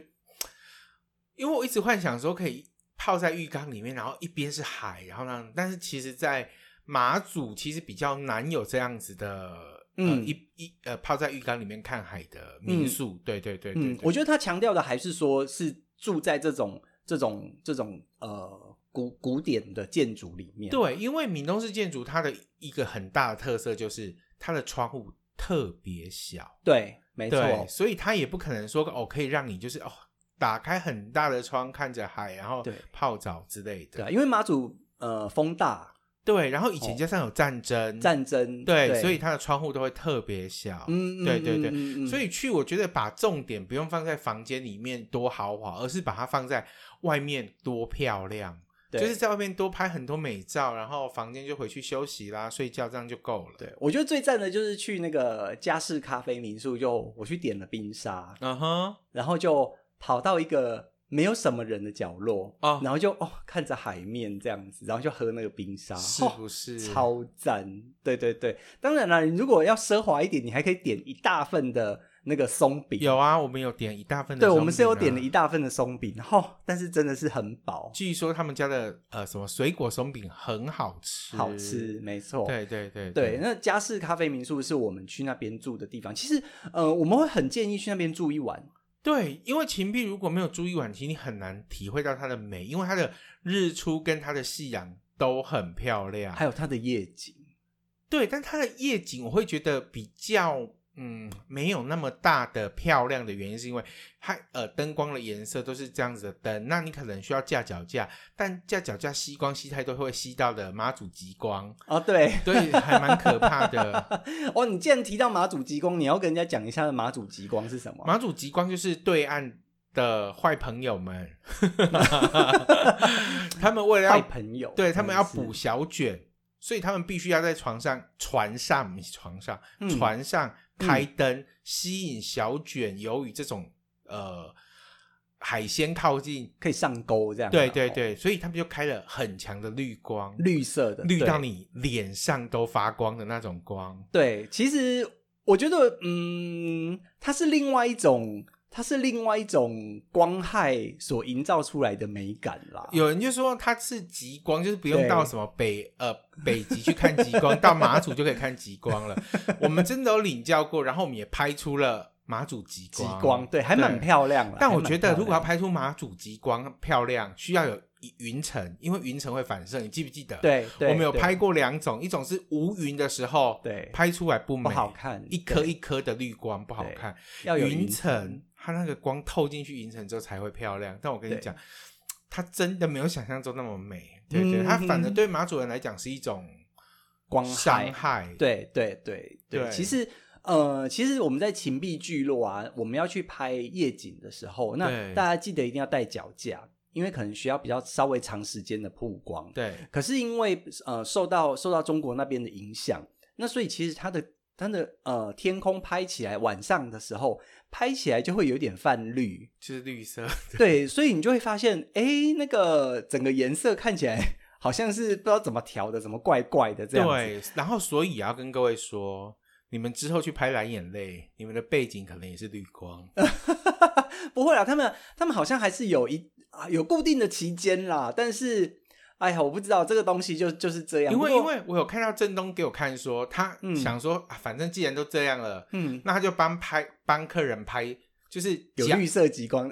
S4: 因为我一直幻想说可以泡在浴缸里面，然后一边是海，然后呢，但是其实，在马祖其实比较难有这样子的。呃
S3: 嗯
S4: 一一呃，泡在浴缸里面看海的民
S3: 嗯
S4: 宿，对对对对
S3: 嗯，我觉得他强调的还是说是住在这种这种这种呃古古典的建筑里面，
S4: 对，因为闽东式建筑它的一个很大的特色就是它的窗户特别小，
S3: 对，没错，
S4: 对，所以它也不可能说哦，可以让你就是哦打开很大的窗看着海，然后
S3: 对
S4: 泡澡之类
S3: 对啊，
S4: 的。
S3: 因为马祖呃风大
S4: 对，然后以前
S3: 哦
S4: 加上有战争，
S3: 战争，
S4: 对，所以它的窗户都会特别小。
S3: 嗯，嗯
S4: 对对对，
S3: 嗯嗯嗯
S4: 所以去我觉得把重点不用放在房间里面多豪华，而是把它放在外面多漂亮。
S3: 对
S4: 就是在外面多拍很多美照，然后房间就回去休息啦、睡觉，这样就够了。
S3: 对，我觉得最赞的就是去那个家事咖啡民宿就，我去点了冰沙，
S4: 嗯哼，
S3: 然后就跑到一个没有什么人的角落，
S4: 哦
S3: 然后就哦看着海面这样子，然后就喝那个冰沙，
S4: 是
S3: 哦
S4: 不是？
S3: 超赞！对对对，当然啦，你如果要奢华一点，你还可以点一大份的那个松饼。
S4: 有啊，我们有点一啊大份的、
S3: 对，我们是有点了一。大份的松饼，然、后但是真的是很饱，
S4: 据说他们家的呃什么水果松饼很好吃，
S3: 好吃，。没错。
S4: 对对对
S3: 对，那家事咖啡民宿是我们去那边住的地方。其实，呃，我们会很建议去那边住一晚，
S4: 啊对，因为秦壁如果没有住一晚，其实你很难体会到它的美，因为它的日出跟它的夕阳都很漂亮。
S3: 还有它的夜景。
S4: 对，但它的夜景我会觉得比较嗯没有那么大的漂亮的原因，是因为它呃灯光的颜色都是这样子的灯，那你可能需要架脚架，但架脚架吸光吸太多会吸到的妈祖极光，
S3: 哦，对，
S4: 对，还蛮可 怕的。
S3: 哦，你既然提到马祖极光，你要跟人家讲一下马祖极光是什么？
S4: 妈祖极光就是对岸的坏朋 友们，他们为了
S3: 坏
S4: 要
S3: 朋友，
S4: 对他们要
S3: 真的
S4: 补
S3: 是
S4: 小卷，所以他们必须要在床上、船上、不是床上、
S3: 嗯
S4: 船上开灯，吸引小卷鱿鱼这种呃海鲜靠近。
S3: 可以上钩这样。
S4: 对对
S3: 哦，
S4: 对，所以他们就开了很强的绿光，
S3: 绿色的，
S4: 绿
S3: 对
S4: 到。你脸上都发光的那种光。
S3: 对，其实我觉得，嗯，它是另外一种它是另外一种光害所营造出来的美感啦。
S4: 有人就说它是极光，就是不用
S3: 啊对
S4: 到什么北呃北极去看极光，到马祖就可以看极光了。我们真的有领教过，然后我们也拍出了马祖极
S3: 极
S4: 光，
S3: 光，对，还蛮漂亮啦。
S4: 但
S3: 还
S4: 我
S3: 蛮
S4: 觉得，
S3: 漂
S4: 如果要
S3: 亮
S4: 拍出马祖极光漂亮，需要有云层，因为云层会反射。你记不记得？，
S3: 对，对
S4: 我们有
S3: 对
S4: 拍过两种，一种是无云的时候，
S3: 对
S4: 拍出来不美，
S3: 不好看
S4: 一颗
S3: 对
S4: 一颗的绿光不好
S3: 对
S4: 看。
S3: 要有
S4: 云
S3: 层
S4: 层，，它那个光透进去云层之后才会漂亮。但我跟你
S3: 对
S4: 讲，它真的没有想象中那么美。对对，它反而
S3: 嗯
S4: 对马祖人来讲是一种
S3: 光
S4: 伤
S3: 害，
S4: 害。
S3: 对对对对，
S4: 对
S3: 其实。呃，其实我们在秦壁聚落啊，我们要去拍夜景的时候，那
S4: 对
S3: 大家记得一定要带脚架，因为可能需要比较稍微长时间的曝光。
S4: 对
S3: 可是因为呃受到受到中国那边的影响，那所以其实它的它的呃天空拍起来晚上的时候拍起来就会有点泛绿，
S4: 就是绿色。
S3: 对，所以你就会发现，哎，那个整个颜色看起来 好像是不知道怎么调的，怎么怪怪的 这样子。
S4: 对，然后所以也要跟各位说，你们之后去拍蓝眼泪，你们的背景可能也是绿光。
S3: 呃 不会啦，他们他们好像还是有一啊有固定的期间啦，但是哎呀，我不知道这个东西就就是这样，
S4: 因为
S3: 不过
S4: 因为我有看到郑东给我看说，他
S3: 嗯
S4: 想说、啊，反正既然都这样了，
S3: 嗯
S4: 那他就帮拍帮客人拍，就是
S3: 有
S4: 假
S3: 绿色极光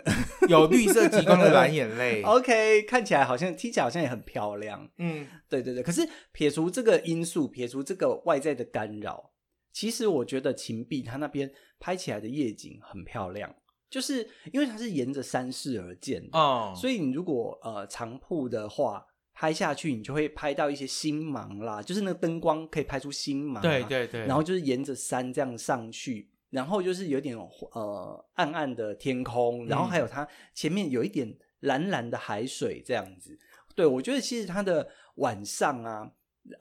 S4: 有绿色极光的蓝 眼泪。
S3: ，OK，看起来好像听起来好像也很漂亮。
S4: 嗯，
S3: 对对对，可是撇除这个因素，撇除这个外在的干扰，其实我觉得秦壁它那边拍起来的夜景很漂亮，就是因为它是沿着山势而建的，
S4: 哦，
S3: 所以你如果呃长曝的话。拍下去，你就会拍到一些星芒啦，就是那个灯光可以拍出星芒、啊，
S4: 对对对，
S3: 然后就是沿着山这样上去，然后就是有点呃暗暗的天空，然后
S4: 嗯
S3: 还有它前面有一点蓝蓝的海水这样子。对我觉得其实它的晚上啊，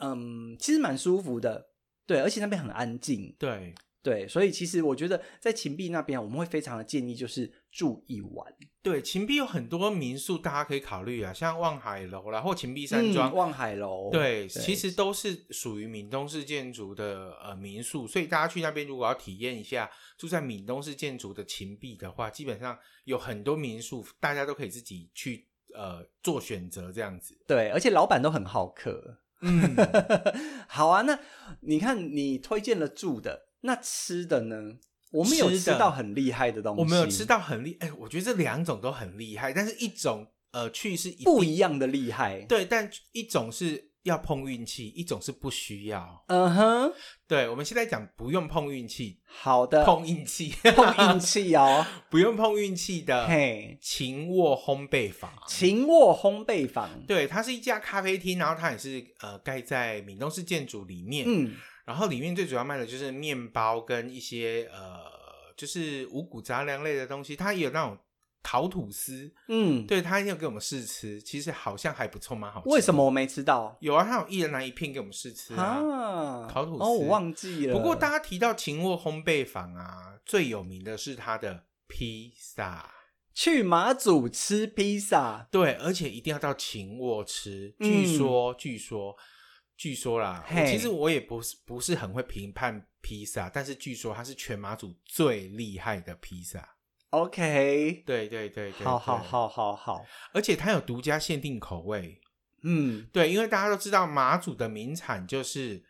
S3: 嗯，其实蛮舒服的。对，而且那边很安静。
S4: 对
S3: 对，所以其实我觉得在秦壁那边啊，我们会非常的建议就是住一晚，
S4: 对，秦壁有很多民宿，大家可以考虑啊，像望海楼啦，或秦壁山
S3: 嗯
S4: 庄。
S3: 望海楼。
S4: 对，其实都是属于闽东式建筑的呃民宿，所以大家去那边如果要体验一下住在闽东式建筑的秦壁的话，基本上有很多民宿，大家都可以自己去呃做选择这样子。
S3: 对，而且老板都很好客。
S4: 嗯，
S3: 好啊，那你看你推荐了住的，那吃的呢？我们有
S4: 吃
S3: 吃
S4: 的
S3: 到很厉害的东西，
S4: 我们有吃到很厉，哎、我觉得这两种都很厉害，但是一种呃去是一
S3: 不
S4: 定
S3: 一样的厉害。，
S4: 对，但一种是要碰运气，一种是不需要。
S3: 嗯哼，
S4: 对，我们现在讲不用碰运气，
S3: 好的，
S4: 碰运气，
S3: 碰运气哦。
S4: 不用碰运气的。
S3: 嘿，
S4: 勤沃烘焙法，
S3: 秦沃烘焙坊，
S4: 对，它是一家咖啡厅，然后它也是呃盖在闽东式建筑里面，
S3: 嗯，
S4: 然后里面最主要卖的就是面包跟一些呃就是五谷杂粮类的东西，它也有那种烤吐司，
S3: 嗯，
S4: 对，它也有给我们试吃，其实好像还不错，蛮好吃。
S3: 为什么？我没吃到
S4: 有啊，它有一人拿一片给我们试吃啊。
S3: 啊？
S4: 烤吐司
S3: 哦，我忘记了。
S4: 不过大家提到秦沃烘焙坊啊，最有名的是它的披萨。
S3: 去马祖吃披萨，
S4: 对，而且一定要到勤沃吃。
S3: 嗯
S4: 据说，据说，据说啦，
S3: 嘿
S4: 其实我也不是不是很会评判披萨，但是据说它是全马祖最厉害的披萨。
S3: ，OK，
S4: 对对对对，
S3: 好好
S4: 对，
S3: 好好好，
S4: 而且它有独家限定口味。
S3: 嗯，
S4: 对，因为大家都知道马祖的名产就是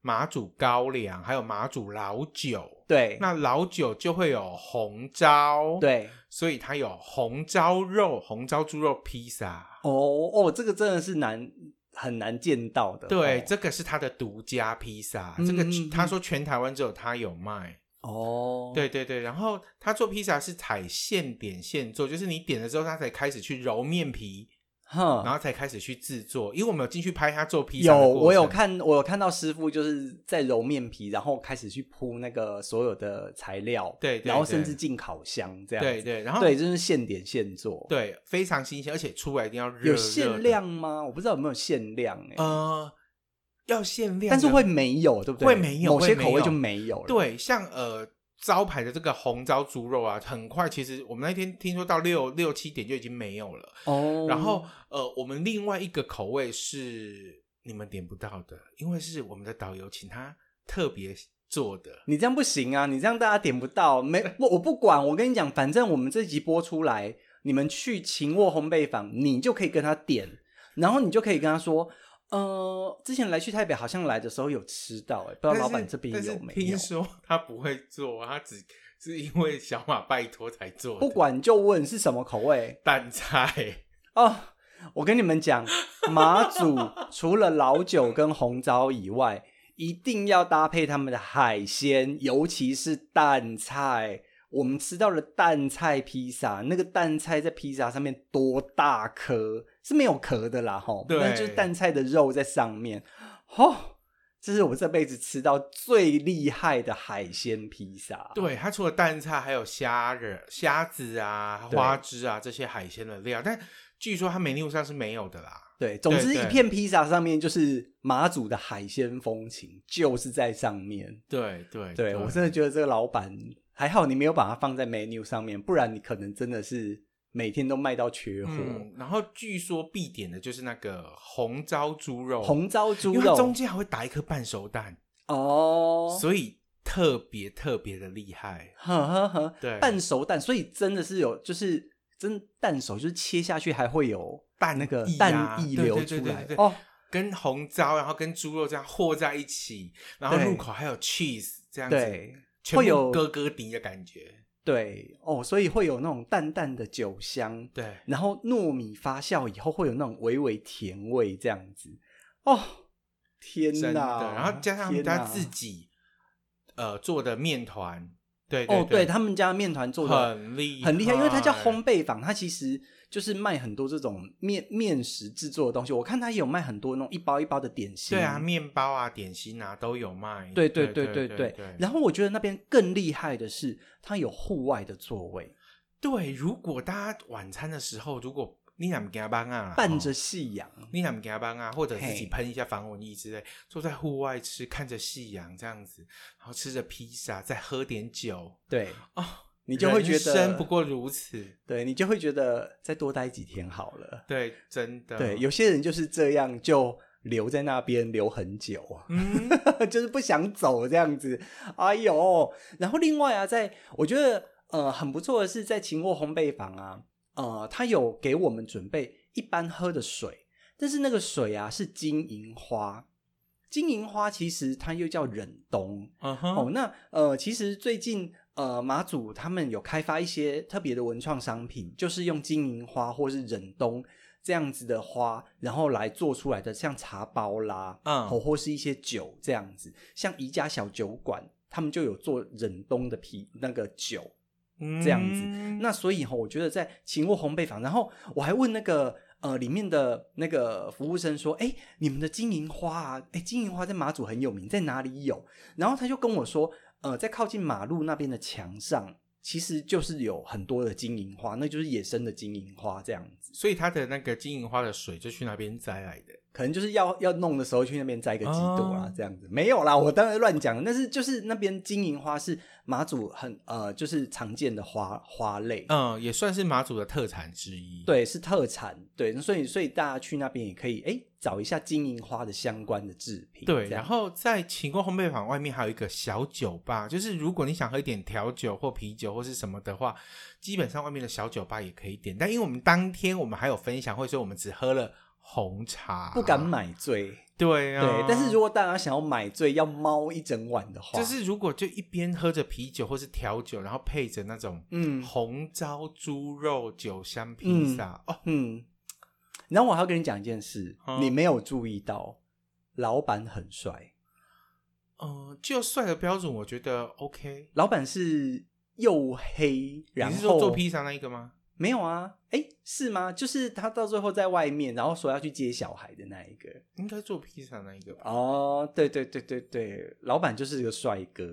S4: 马祖高粱，还有马祖老酒。
S3: 对，
S4: 那老酒就会有红糟，，
S3: 对，
S4: 所以它有红糟肉、红糟猪肉披萨。
S3: 哦哦，这个真的是难很难见到的。
S4: 对，
S3: 哦
S4: 这个是他的独家披萨，
S3: 嗯
S4: 这个
S3: 嗯嗯
S4: 他说全台湾只有他有卖。
S3: 哦，
S4: 对对对，然后他做披萨是采现点现做，就是你点了之后，他才开始去揉面皮，
S3: 哼，
S4: 然后才开始去制作。因为我们有进去拍他做披萨
S3: 嗯有，
S4: 的过程，
S3: 我有看，我有看到师傅就是在揉面皮，然后开始去铺那个所有的材料，
S4: 对对
S3: 然后
S4: 对
S3: 甚至进烤箱这样
S4: 对
S3: 子，
S4: 对，然后
S3: 对，就是现点现做，，
S4: 对非常新鲜，而且出来一定要热
S3: 有
S4: 热的
S3: 限量，吗？我不知道有没有限量哎、
S4: 呃，要限量的，
S3: 但是会没有，对不对？
S4: 会没有
S3: 某些
S4: 会没
S3: 口味
S4: 有
S3: 就没有了，
S4: 对，像呃招牌的这个红糟猪肉啊，很快其实我们那天听说到六六七点就已经没有了。
S3: 哦，
S4: 然后呃，我们另外一个口味是你们点不到的，因为是我们的导游请他特别做的。
S3: 你这样不行啊！你这样大家点不到， 没我我不管，我跟你讲，反正我们这集播出来，你们去勤沃烘焙坊，你就可以跟他点，然后你就可以跟他说，呃，之前来去台北好像来的时候有吃到、欸，哎，不知道老板这边
S4: 但是
S3: 有没
S4: 但是
S3: 有
S4: 听？说 他不会做，他只是因为小马拜托才做的。
S3: 不管就问是什么口味
S4: 蛋菜，
S3: 哦。我跟你们讲，马祖除了老酒跟红糟以外，一定要搭配他们的海鲜，尤其是蛋菜。我们吃到了蛋菜披萨，那个蛋菜在披萨上面多大颗是没有壳的啦，吼，
S4: 对
S3: 那就是蛋菜的肉在上面，吼，这是我这辈子吃到最厉害的海鲜披萨。
S4: 对，它除了蛋菜，还有虾仁、虾子啊、
S3: 对
S4: 花枝啊这些海鲜的料，但据说它 menu 上是没有的啦。
S3: 对，总之
S4: 对
S3: 一片披萨上面就是马祖的海鲜风情，就是在上面。
S4: 对哎对
S3: 对我真的觉得这个老板还好，你没有把它放在 menu 上面，不然你可能真的是每天都卖到缺货。
S4: 嗯，然后据说必点的就是那个红糟猪肉，
S3: 红糟猪
S4: 因为它
S3: 肉
S4: 中间还会打一颗半熟蛋，
S3: 哦，
S4: 所以特别特别的厉害。
S3: 呵呵呵，
S4: 对
S3: 半熟蛋，所以真的是有，就是真蛋熟，就是切下去还会有
S4: 蛋
S3: 那个
S4: 液啊
S3: 蛋液
S4: 对对
S3: 流
S4: 对
S3: 出
S4: 对
S3: 来
S4: 对对
S3: 哦。
S4: 跟红糟，然后跟猪肉这样和在一起，然后
S3: 对
S4: 入口还有 cheese 这样子，
S3: 对，
S4: 全
S3: 会
S4: 部
S3: 有
S4: 咯咯滴的感觉。
S3: 对哦，所以会有那种淡淡的酒香，
S4: 对，
S3: 然后糯米发酵以后会有那种微微甜味，这样子。哦，天
S4: 真的。
S3: 哪！
S4: 然后加上他们
S3: 天哪
S4: 家自己呃做的面团，对
S3: 哦，
S4: 对
S3: 对他们家面团做的
S4: 很厉
S3: 很厉害，因为它叫
S4: 害
S3: 烘焙坊，它其实就是卖很多这种面面食制作的东西。我看它也有卖很多那种一包一包的点心，
S4: 对啊，面包啊、点心啊都有卖。
S3: 对对
S4: 对
S3: 对
S4: 对
S3: 对对
S4: 对。。
S3: 然后我觉得那边更厉害的是，它有户外的座位，
S4: 对，如果大家晚餐的时候，如果你想加班啊，
S3: 伴着
S4: 哦
S3: 夕阳。
S4: 你想加班啊，或者自己
S3: 嘿
S4: 喷一下防蚊液之类，坐在户外吃，看着夕阳这样子，然后吃着披萨，再喝点酒
S3: 对，
S4: 哦，
S3: 你就会觉得
S4: 人生不过如此。
S3: 对你就会觉得再多待几天好了。
S4: 对，真的。
S3: 对，有些人就是这样，就留在那边留很久啊，
S4: 嗯，
S3: 就是不想走这样子。哎呦，然后另外啊，在我觉得呃很不错的是，在秦沃烘焙坊啊，呃，他有给我们准备一般喝的水，但是那个水啊是金银花。金银花其实它又叫忍冬，
S4: 嗯哼
S3: 哦，那呃，其实最近呃，马祖他们有开发一些特别的文创商品，就是用金银花或是忍冬这样子的花，然后来做出来的，像茶包啦，
S4: 嗯
S3: 哦，或是一些酒这样子，像宜家小酒馆，他们就有做忍冬的啤那个酒，这样子
S4: 嗯
S3: 那所以哈、我觉得在秦沃烘焙坊，然后我还问那个呃里面的那个服务生说，哎，你们的金银花啊，哎，金银花在马祖很有名，在哪里有？然后他就跟我说，呃，在靠近马路那边的墙上，其实就是有很多的金银花，那就是野生的金银花这样子，
S4: 所以它的那个金银花的水就去那边摘来的。
S3: 可能就是要要弄的时候去那边摘个几朵啊，
S4: 哦
S3: 这样子没有啦，我当然乱讲了，但是就是那边金银花是马祖很呃就是常见的花花类，
S4: 嗯，也算是马祖的特产之一。，
S3: 对，是特产，对，所以所以大家去那边也可以哎找一下金银花的相关的制品，
S4: 对，
S3: 这样
S4: 然后在秦宫烘焙坊外面还有一个小酒吧，就是如果你想喝一点调酒或啤酒或是什么的话，基本上外面的小酒吧也可以点。但因为我们当天我们还有分享会，所以我们只喝了红茶，
S3: 不敢。买醉，
S4: 对啊，
S3: 对，但是如果大家想要买醉要猫一整晚的话，
S4: 就是如果就一边喝着啤酒或是调酒，然后配着那种
S3: 嗯
S4: 红糟猪肉酒香披萨、哦，
S3: 嗯，然后我还要跟你讲一件事，
S4: 嗯
S3: 你没有注意到，老板很帅，
S4: 嗯、就帅的标准，我觉得 OK。
S3: 老板是又黑，然后
S4: 你是说做披萨那一个吗？
S3: 没有啊？哎，是吗？就是他到最后在外面，然后说要去接小孩的那一个，
S4: 应该做披萨那一个吧。
S3: 哦，对对对对对，老板就是个帅哥。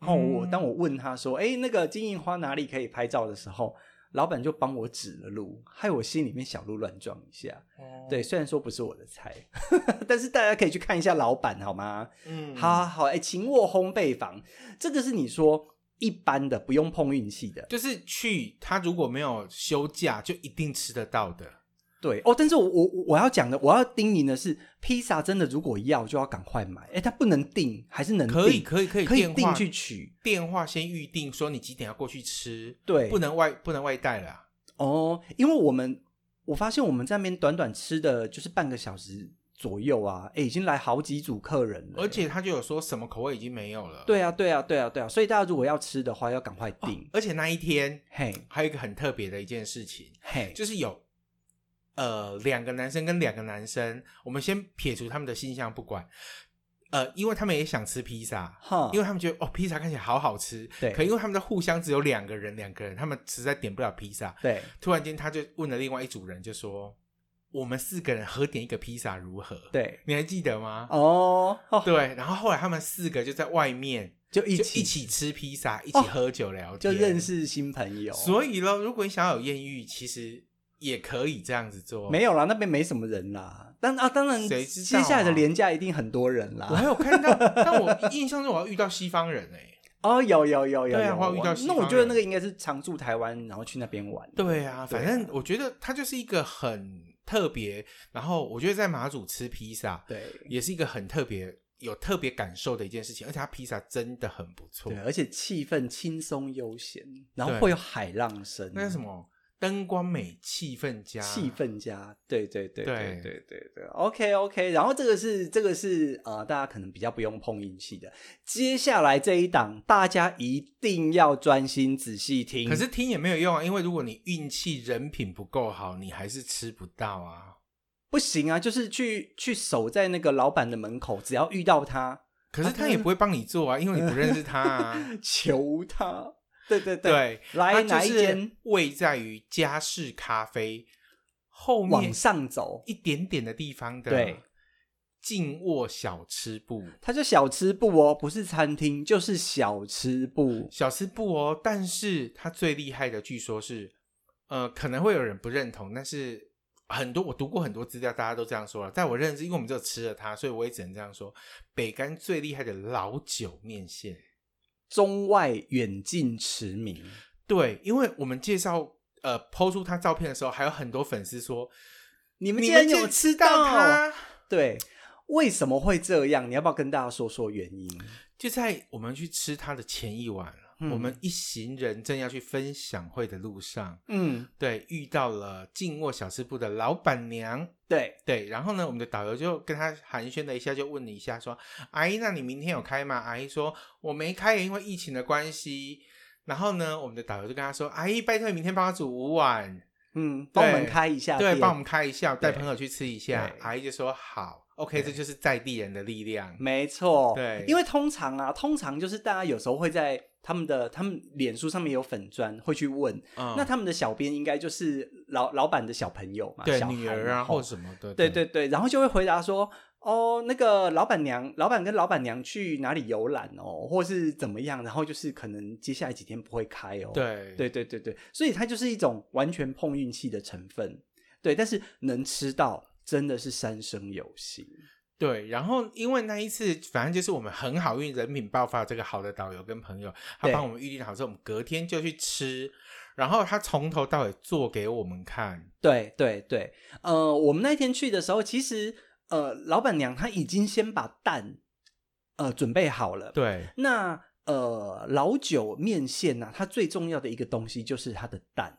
S3: 然后我、
S4: 嗯
S3: 当我问他说：“哎，那个金银花哪里可以拍照的时候，老板就帮我指了路，害我心里面小鹿乱撞一下。
S4: 哦
S3: 对，，虽然说不是我的菜， 但是大家可以去看一下老板好吗？
S4: 嗯
S3: 好好好，哎，秦沃烘焙坊，这个是你说一般的，不用碰运气的。
S4: 就是去他如果没有休假，就一定吃得到的。
S3: 对哦，但是我我我我要讲的，我要叮咛的是，披萨真的如果要就要赶快买，哎，它不能订，还是能订
S4: 可以可以可以
S3: 可以
S4: 电话
S3: 订去取
S4: 电话先预定，说你几点要过去吃，
S3: 对
S4: 不能外不能外带啦。
S3: 哦，因为我们我发现我们在那边短短吃的就是半个小时左右啊，哎，已经来好几组客人了，
S4: 而且他就有说什么口味已经没有了。啊
S3: 对啊对啊对啊对啊，所以大家如果要吃的话，要赶快订，
S4: 而且那一天
S3: 嘿
S4: 还有一个很特别的一件事情，
S3: 嘿，
S4: 就是有呃两个男生跟两个男生，我们先撇除他们的性向不管，呃，因为他们也想吃披萨。
S3: 哈
S4: 因为他们觉得哦，披萨看起来好好吃，
S3: 啊对
S4: 可因为他们的互相只有两个人，两个人，他们实在点不了披萨。
S3: 对，
S4: 突然间，他就问了另外一组人，就说：“我们四个人合点一个披萨如何？”，
S3: 对
S4: 你还记得吗？
S3: 哦，哦
S4: 对。然后后来他们四个就在外面
S3: 就一
S4: 就
S3: 起
S4: 一起吃披萨，一起
S3: 哦
S4: 喝酒聊
S3: 就
S4: 天，
S3: 认。识新朋友，
S4: 所以咯，如果你想要有艳遇，其实也可以这样子做。
S3: 没有啦，那边没什么人啦。但啊，当然，
S4: 谁知道
S3: 接
S4: 啊
S3: 下来的廉价一定很多人
S4: 我
S3: 啦。
S4: 还有看到，但我印象中我要遇到西方人哎、
S3: 哦，有有有有
S4: 对
S3: 有，
S4: 啊我遇到
S3: 我
S4: 西
S3: 那
S4: 方
S3: 我觉得
S4: 人
S3: 那个应该是常驻台湾，然后去那边玩。
S4: 对啊，
S3: 对啊
S4: 反正我觉得它就是一个很特别，然后我觉得在马祖吃披萨，
S3: 对
S4: 也是一个很特别、有特别感受的一件事情，而且它披萨真的很不错
S3: 对，。啊而且气氛轻松悠闲，然后
S4: 对
S3: 会有海浪声，
S4: 那叫什么？灯光美，气氛佳，
S3: 气氛加，对对对
S4: 对
S3: 对对对对，OK OK。然后这个是这个是呃，大家可能比较不用碰运气的。接下来这一档，大家一定要专心仔细听。
S4: 可是听也没有用啊，因为如果你运气人品不够好，你还是吃不到啊。
S3: 不行啊，就是去去守在那个老板的门口，只要遇到他，
S4: 可是他也不会帮你做啊，因为你不认识他 啊。
S3: 求他。对对对，
S4: 对，
S3: 来
S4: 它
S3: 哪
S4: 就
S3: 一
S4: 是
S3: 间
S4: 位在于家事咖啡后面
S3: 往上走
S4: 一点点的地方的
S3: 对
S4: 静卧小吃部，
S3: 它就小吃部哦，不是餐厅，就是小吃部。
S4: 小吃部哦。但是它最厉害的，据说是呃，可能会有人不认同，但是。很多我读过很多资料，大家都这样说了。在我认知，因为我们只有吃了它，所以我也只能这样说。北干最厉害的老酒面线，
S3: 中外远近驰名，
S4: 对，因为我们介绍呃抛出他照片的时候，还有很多粉丝说
S3: 你们
S4: 你
S3: 竟
S4: 们
S3: 然
S4: 竟
S3: 有
S4: 然
S3: 吃到
S4: 到他，
S3: 对，为什么会这样？你要不要跟大家说说原因？
S4: 就在我们去吃他的前一晚，
S3: 嗯
S4: 我们一行人正要去分享会的路上，
S3: 嗯，
S4: 对，遇到了静卧小吃部的老板娘。
S3: 对，
S4: 对，然后呢，我们的导游就跟他寒暄了一下，就问了一下说：“阿姨，那你明天有开吗？”阿姨说：“我没开，因为疫情的关系。”然后呢，我们的导游就跟他说：“阿姨，拜托你明天帮我煮五碗。”
S3: 嗯，帮我们
S4: 对
S3: 开一下店，
S4: 对，帮我们开一下，带
S3: 对
S4: 朋友去吃一下。
S3: 对
S4: 阿姨就说好，OK，这就是在地人的力量。
S3: 没错，
S4: 对
S3: 因为通常啊，通常就是大家有时候会在他们的他们脸书上面有粉砖会去问，
S4: 嗯
S3: 那他们的小编应该就是老老板的小朋友嘛，
S4: 对
S3: 小孩
S4: 女儿啊
S3: 然后
S4: 或什么的，
S3: 对对对，然后就会回答说。哦，那个老板娘，老板跟老板娘去哪里游览哦，或是怎么样？然后就是可能接下来几天不会开哦。
S4: 对
S3: 对对对对，所以它就是一种完全碰运气的成分。对，但是能吃到真的是三生有幸。
S4: 对然后因为那一次，反正就是我们很好运，人品爆发，这个好的导游跟朋友，他
S3: 对
S4: 帮我们预定好之后，我们隔天就去吃，然后他从头到尾做给我们看。
S3: 对对对，呃，我们那天去的时候，其实呃，老板娘她已经先把蛋呃准备好了。
S4: 对
S3: 那呃，老酒面线呢、它最重要的一个东西就是它的蛋，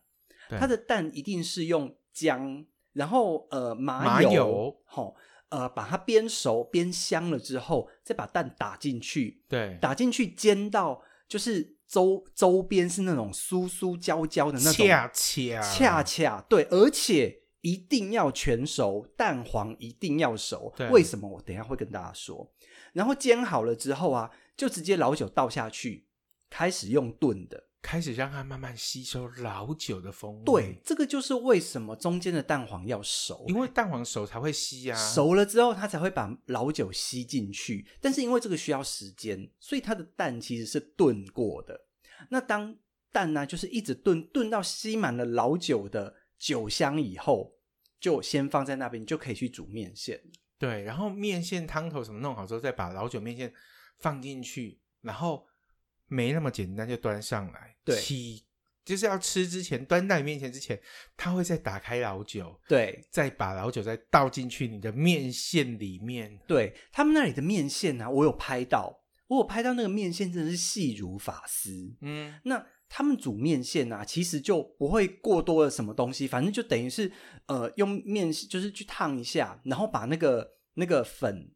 S4: 对
S3: 它的蛋一定是用姜，然后呃麻
S4: 麻油
S3: 吼、呃把它煸熟煸香了之后，再把蛋打进去，
S4: 对，
S3: 打进去煎到就是周周边是那种酥酥焦焦的那种，
S4: 恰恰
S3: 恰恰对，而且一定要全熟，蛋黄一定要熟
S4: 对。
S3: 为什么？我等一下会跟大家说。然后煎好了之后啊，就直接老酒倒下去，开始用炖的。
S4: 开始让它慢慢吸收老酒的风味。
S3: 对，，这个就是为什么中间的蛋黄要熟，
S4: 因为蛋黄熟才会吸啊，
S3: 熟了之后它才会把老酒吸进去。但是因为这个需要时间，所以它的蛋其实是炖过的。那当蛋呢、就是一直炖，炖到吸满了老酒的酒香以后，就先放在那边，就可以去煮面线。
S4: 对，然后面线、汤头什么弄好之后，再把老酒面线放进去，然后没那么简单就端上来，
S3: 对
S4: 起就是要吃之前，端到你面前之前，他会再打开老酒，
S3: 对
S4: 再把老酒再倒进去你的面线里面。
S3: 对，他们那里的面线啊，我有拍到，我有拍到那个面线真的是细如发丝。
S4: 嗯，
S3: 那他们煮面线啊，其实就不会过多的什么东西，反正就等于是呃用面就是去烫一下，然后把那个那个粉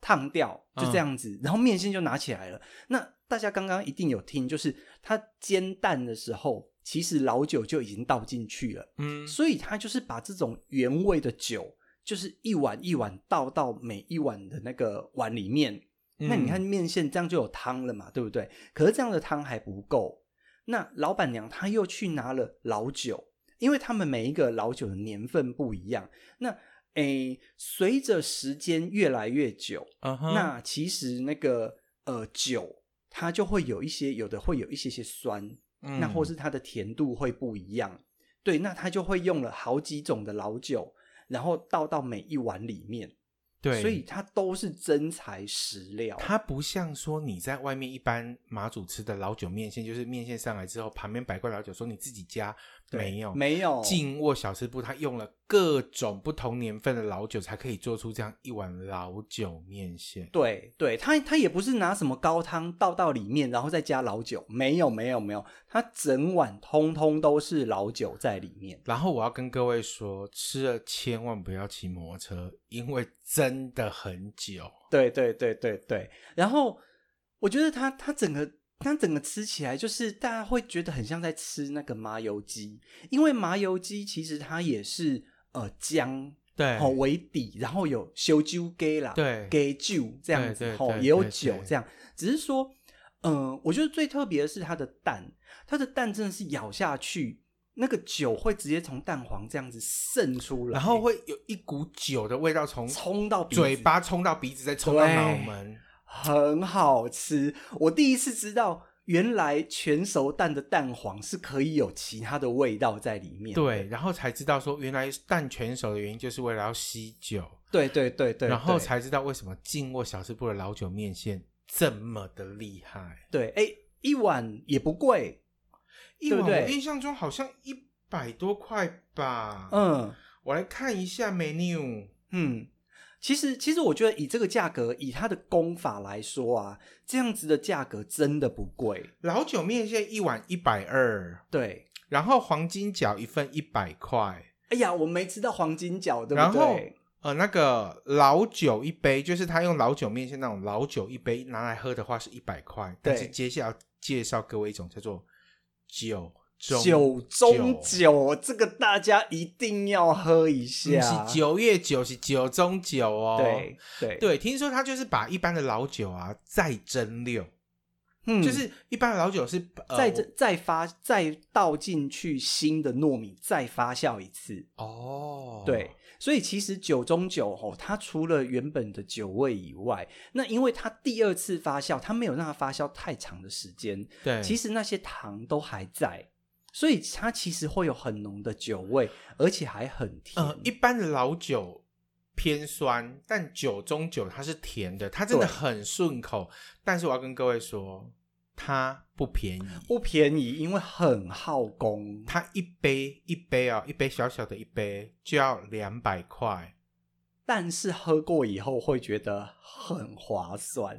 S3: 烫掉，就这样子，然后面线就拿起来了。那大家刚刚一定有听，就是它煎蛋的时候，其实老酒就已经倒进去了，
S4: 嗯
S3: 所以它就是把这种原味的酒，就是一碗一碗倒到每一碗的那个碗里面。那
S4: 嗯
S3: 你看面线这样就有汤了嘛，对不对？可是这样的汤还不够，那老板娘她又去拿了老酒，因为他们每一个老酒的年份不一样。那诶，随着时间越来越久，
S4: 嗯哼
S3: 那其实那个呃酒它就会有一些，有的会有一些些酸，
S4: 嗯
S3: 那或是它的甜度会不一样。对，那他就会用了好几种的老酒，然后倒到每一碗里面，
S4: 对，
S3: 所以它都是真材实料。
S4: 它不像说你在外面一般马祖吃的老酒面线，就是面线上来之后，旁边摆罐老酒，说你自己加
S3: 对
S4: 没有
S3: 没有
S4: 静卧小吃部，它用了各种不同年份的老酒，才可以做出这样一碗老酒面线。
S3: 对对，他他也不是拿什么高汤倒到里面，然后再加老酒，没有没有没有，他整碗通通都是老酒在里面。
S4: 然后我要跟各位说，吃了千万不要骑摩托车，因为真的很久。
S3: 对对对对对，然后我觉得它它整个它整个吃起来，就是大家会觉得很像在吃那个麻油鸡，因为麻油鸡其实它也是呃姜
S4: 对
S3: 哦为底，然后有修酒鸡啦，
S4: 对
S3: 给酒这样子
S4: 对对
S3: 哦，
S4: 对
S3: 也有
S4: 对
S3: 酒
S4: 对
S3: 这样，只是说，嗯、我觉得最特别的是它的蛋，它的蛋真的是咬下去。那个酒会直接从蛋黄这样子渗出来，
S4: 然后会有一股酒的味道从
S3: 冲到鼻子
S4: 嘴巴冲到鼻子，再冲到
S3: 对
S4: 脑门。
S3: 很好吃。我第一次知道，原来全熟蛋的蛋黄是可以有其他的味道在里面。
S4: 对，然后才知道说，原来蛋全熟的原因就是为了要吸酒。
S3: 对对对对，
S4: 然后
S3: 对
S4: 才知道为什么静卧小吃部的老酒面线这么的厉害。
S3: 对，哎，一碗也不贵，
S4: 一
S3: 对
S4: 碗
S3: 不对
S4: 我印象中好像一百多块吧。，
S3: 嗯
S4: 我来看一下 menu。
S3: 嗯。其实，其实我觉得以这个价格，以它的功法来说啊，这样子的价格真的不贵。
S4: 老酒面线一碗一百二，
S3: 对，
S4: 然后黄金饺一份一百块，
S3: 哎呀，我没吃到黄金饺，对
S4: 然
S3: 不
S4: 后
S3: 对？
S4: 呃那个老酒一杯，就是他用老酒面线那种老酒一杯拿来喝的话是一百块，但
S3: 对
S4: 是接下来要介绍各位一种叫做酒中
S3: 酒中酒，这个大家一定要喝一
S4: 不
S3: 下。
S4: 嗯是九月九，是九中九哦。
S3: 对对，
S4: 对，听说他就是把一般的老酒啊再蒸馏，
S3: 嗯
S4: 就是一般的老酒是呃
S3: 再这再发再倒进去新的糯米，再发酵一次。
S4: 哦，
S3: 对，所以其实酒中酒吼，它除了原本的酒味以外，那因为它第二次发酵，它没有让它发酵太长的时间，
S4: 对，
S3: 其实那些糖都还在，所以它其实会有很浓的酒味，而且还很甜。
S4: 呃一般的老酒偏酸，但酒中酒它是甜的，它真的
S3: 对
S4: 很顺口。但是我要跟各位说，它不便宜，
S3: 不便宜，因为很耗工。
S4: 它一杯一杯哦，一杯小小的一杯就要两百块。
S3: 但是喝过以后会觉得很划算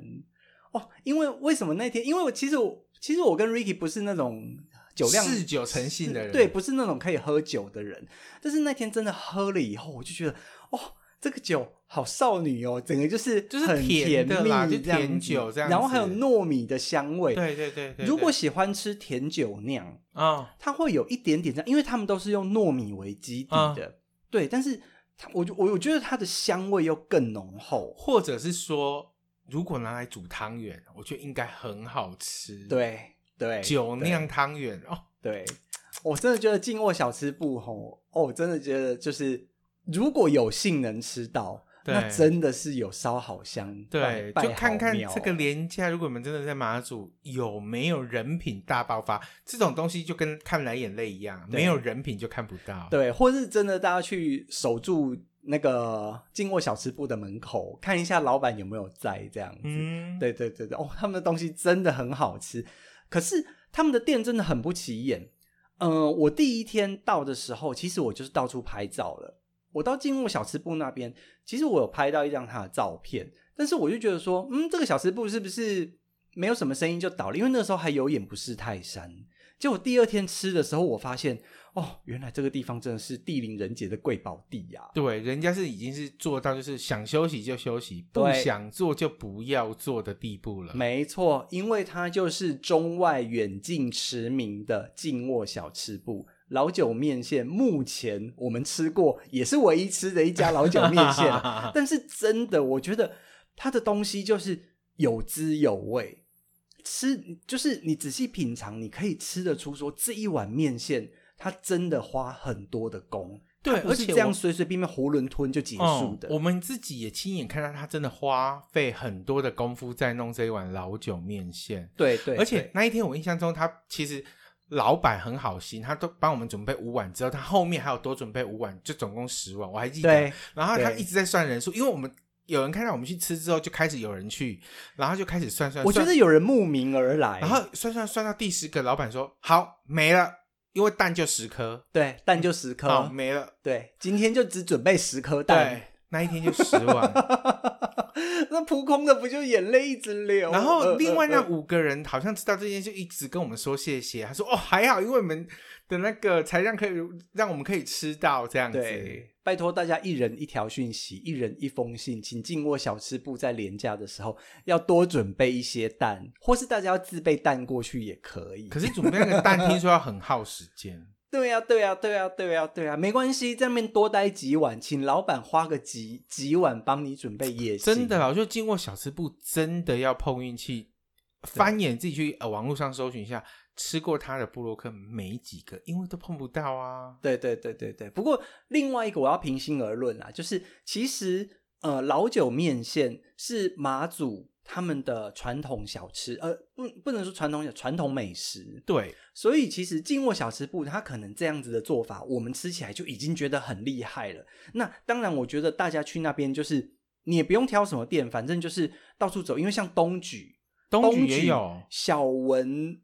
S3: 哦。因为为什么那天？因为我其实我其实我跟 Ricky 不是那种酒量
S4: 嗜酒成性的人
S3: 对，不是那种可以喝酒的人。但是那天真的喝了以后，我就觉得哦，这个酒好少女哦，整个就是
S4: 就是
S3: 很
S4: 甜的啦
S3: 蜜
S4: 就
S3: 这样
S4: 甜
S3: 子
S4: 酒这样
S3: 然后还有
S4: 子
S3: 糯米的香味。
S4: 对对对对对，
S3: 如果喜欢吃甜酒酿，
S4: 啊
S3: 它会有一点点这样，因为他们都是用糯米为基底的，
S4: 嗯
S3: 对，但是它我就我我觉得它的香味又更浓厚，
S4: 或者是说，如果拿来煮汤圆，我觉得应该很好吃。，
S3: 对对，
S4: 酒酿汤圆哦，
S3: 对，对我真的觉得静卧小吃部吼，哦，我真的觉得就是如果有幸能吃到，
S4: 对
S3: 那真的是有烧好香，
S4: 对，
S3: 拜
S4: 就看
S3: 拜
S4: 看这个。
S3: 好庙啊哦
S4: 廉价。如果我们真的在马祖有没有人品大爆发，这种东西就跟看蓝眼泪一样，
S3: 对
S4: 没有人品就看不到。，
S3: 对，或是真的大家去守住那个静卧小吃部的门口，看一下老板有没有在这样子。
S4: 嗯，
S3: 对对对对，哦，他们的东西真的很好吃，可是他们的店真的很不起眼。呃，我第一天到的时候，其实我就是到处拍照了。我到静物小吃部那边，其实我有拍到一张他的照片，但是我就觉得说，嗯，这个小吃部是不是没有什么声音就倒了？因为那时候还有眼不识泰山。结果第二天吃的时候，我发现哦，原来这个地方真的是地灵人杰的贵宝地呀、
S4: 对，人家是已经是做到就是想休息就休息，不
S3: 对
S4: 想做就不要做的地步了。
S3: 没错，因为它就是中外远近驰名的静卧小吃部。老酒面线目前我们吃过，也是唯一吃的一家老酒面 线啊。但是真的，我觉得它的东西就是有滋有味，吃就是你仔细品尝，你可以吃得出说这一碗面线，它真的花很多的功，
S4: 对
S3: 它不是
S4: 而且
S3: 这
S4: 我
S3: 样随随便便囫囵吞就结束的。
S4: 嗯。我们自己也亲眼看到他真的花费很多的功夫在弄这一碗老酒面线，
S3: 对对，
S4: 而且
S3: 对
S4: 那一天我印象中，他其实老板很好心，他都帮我们准备五碗之后，他后面还有多准备五碗，就总共十碗，我还记得
S3: 对。
S4: 然后他
S3: 对
S4: 一直在算人数，因为我们有人看到我们去吃之后，就开始有人去，然后就开始算算。
S3: 我觉
S4: 算
S3: 得有人慕名而来，
S4: 然后算算算到第十个，老板说好没了，因为蛋就十颗，
S3: 对，蛋就十颗、
S4: 好没了。
S3: 对，今天就只准备十颗
S4: 对
S3: 蛋。，
S4: 那一天就十碗。
S3: 那扑空的不就眼泪一直流？
S4: 然
S3: 呃
S4: 后另外那
S3: 呃呃
S4: 五个人好像知道这件事，一直跟我们说谢谢。他说：“哦，还好，因为我们的那个才让可以让我们可以吃到这样子。”
S3: 对，拜托大家一人一条讯息，一人一封信，请进我小吃部在廉价的时候要多准备一些蛋，或是大家要自备蛋过去也可以。
S4: 可是准备那个蛋，听说要很耗时间。
S3: 对呀、对呀、对呀、对呀、对呀、没关系，在那边多待几晚，请老板花个几几晚帮你准备也行。
S4: 真的啦，我就经过小吃部，真的要碰运气。翻眼自己去呃网络上搜寻一下，吃过他的布洛克没几个，因为都碰不到啊。
S3: 对对对对对。不过另外一个我要平心而论啊，就是其实呃老酒面线是马祖他们的传统小吃，呃不不能说传统小传统美食。
S4: 对，
S3: 所以其实静卧小吃部它可能这样子的做法，我们吃起来就已经觉得很厉害了。那当然，我觉得大家去那边就是你也不用挑什么店，反正就是到处走，因为像东莒，
S4: 东莒也有
S3: 小文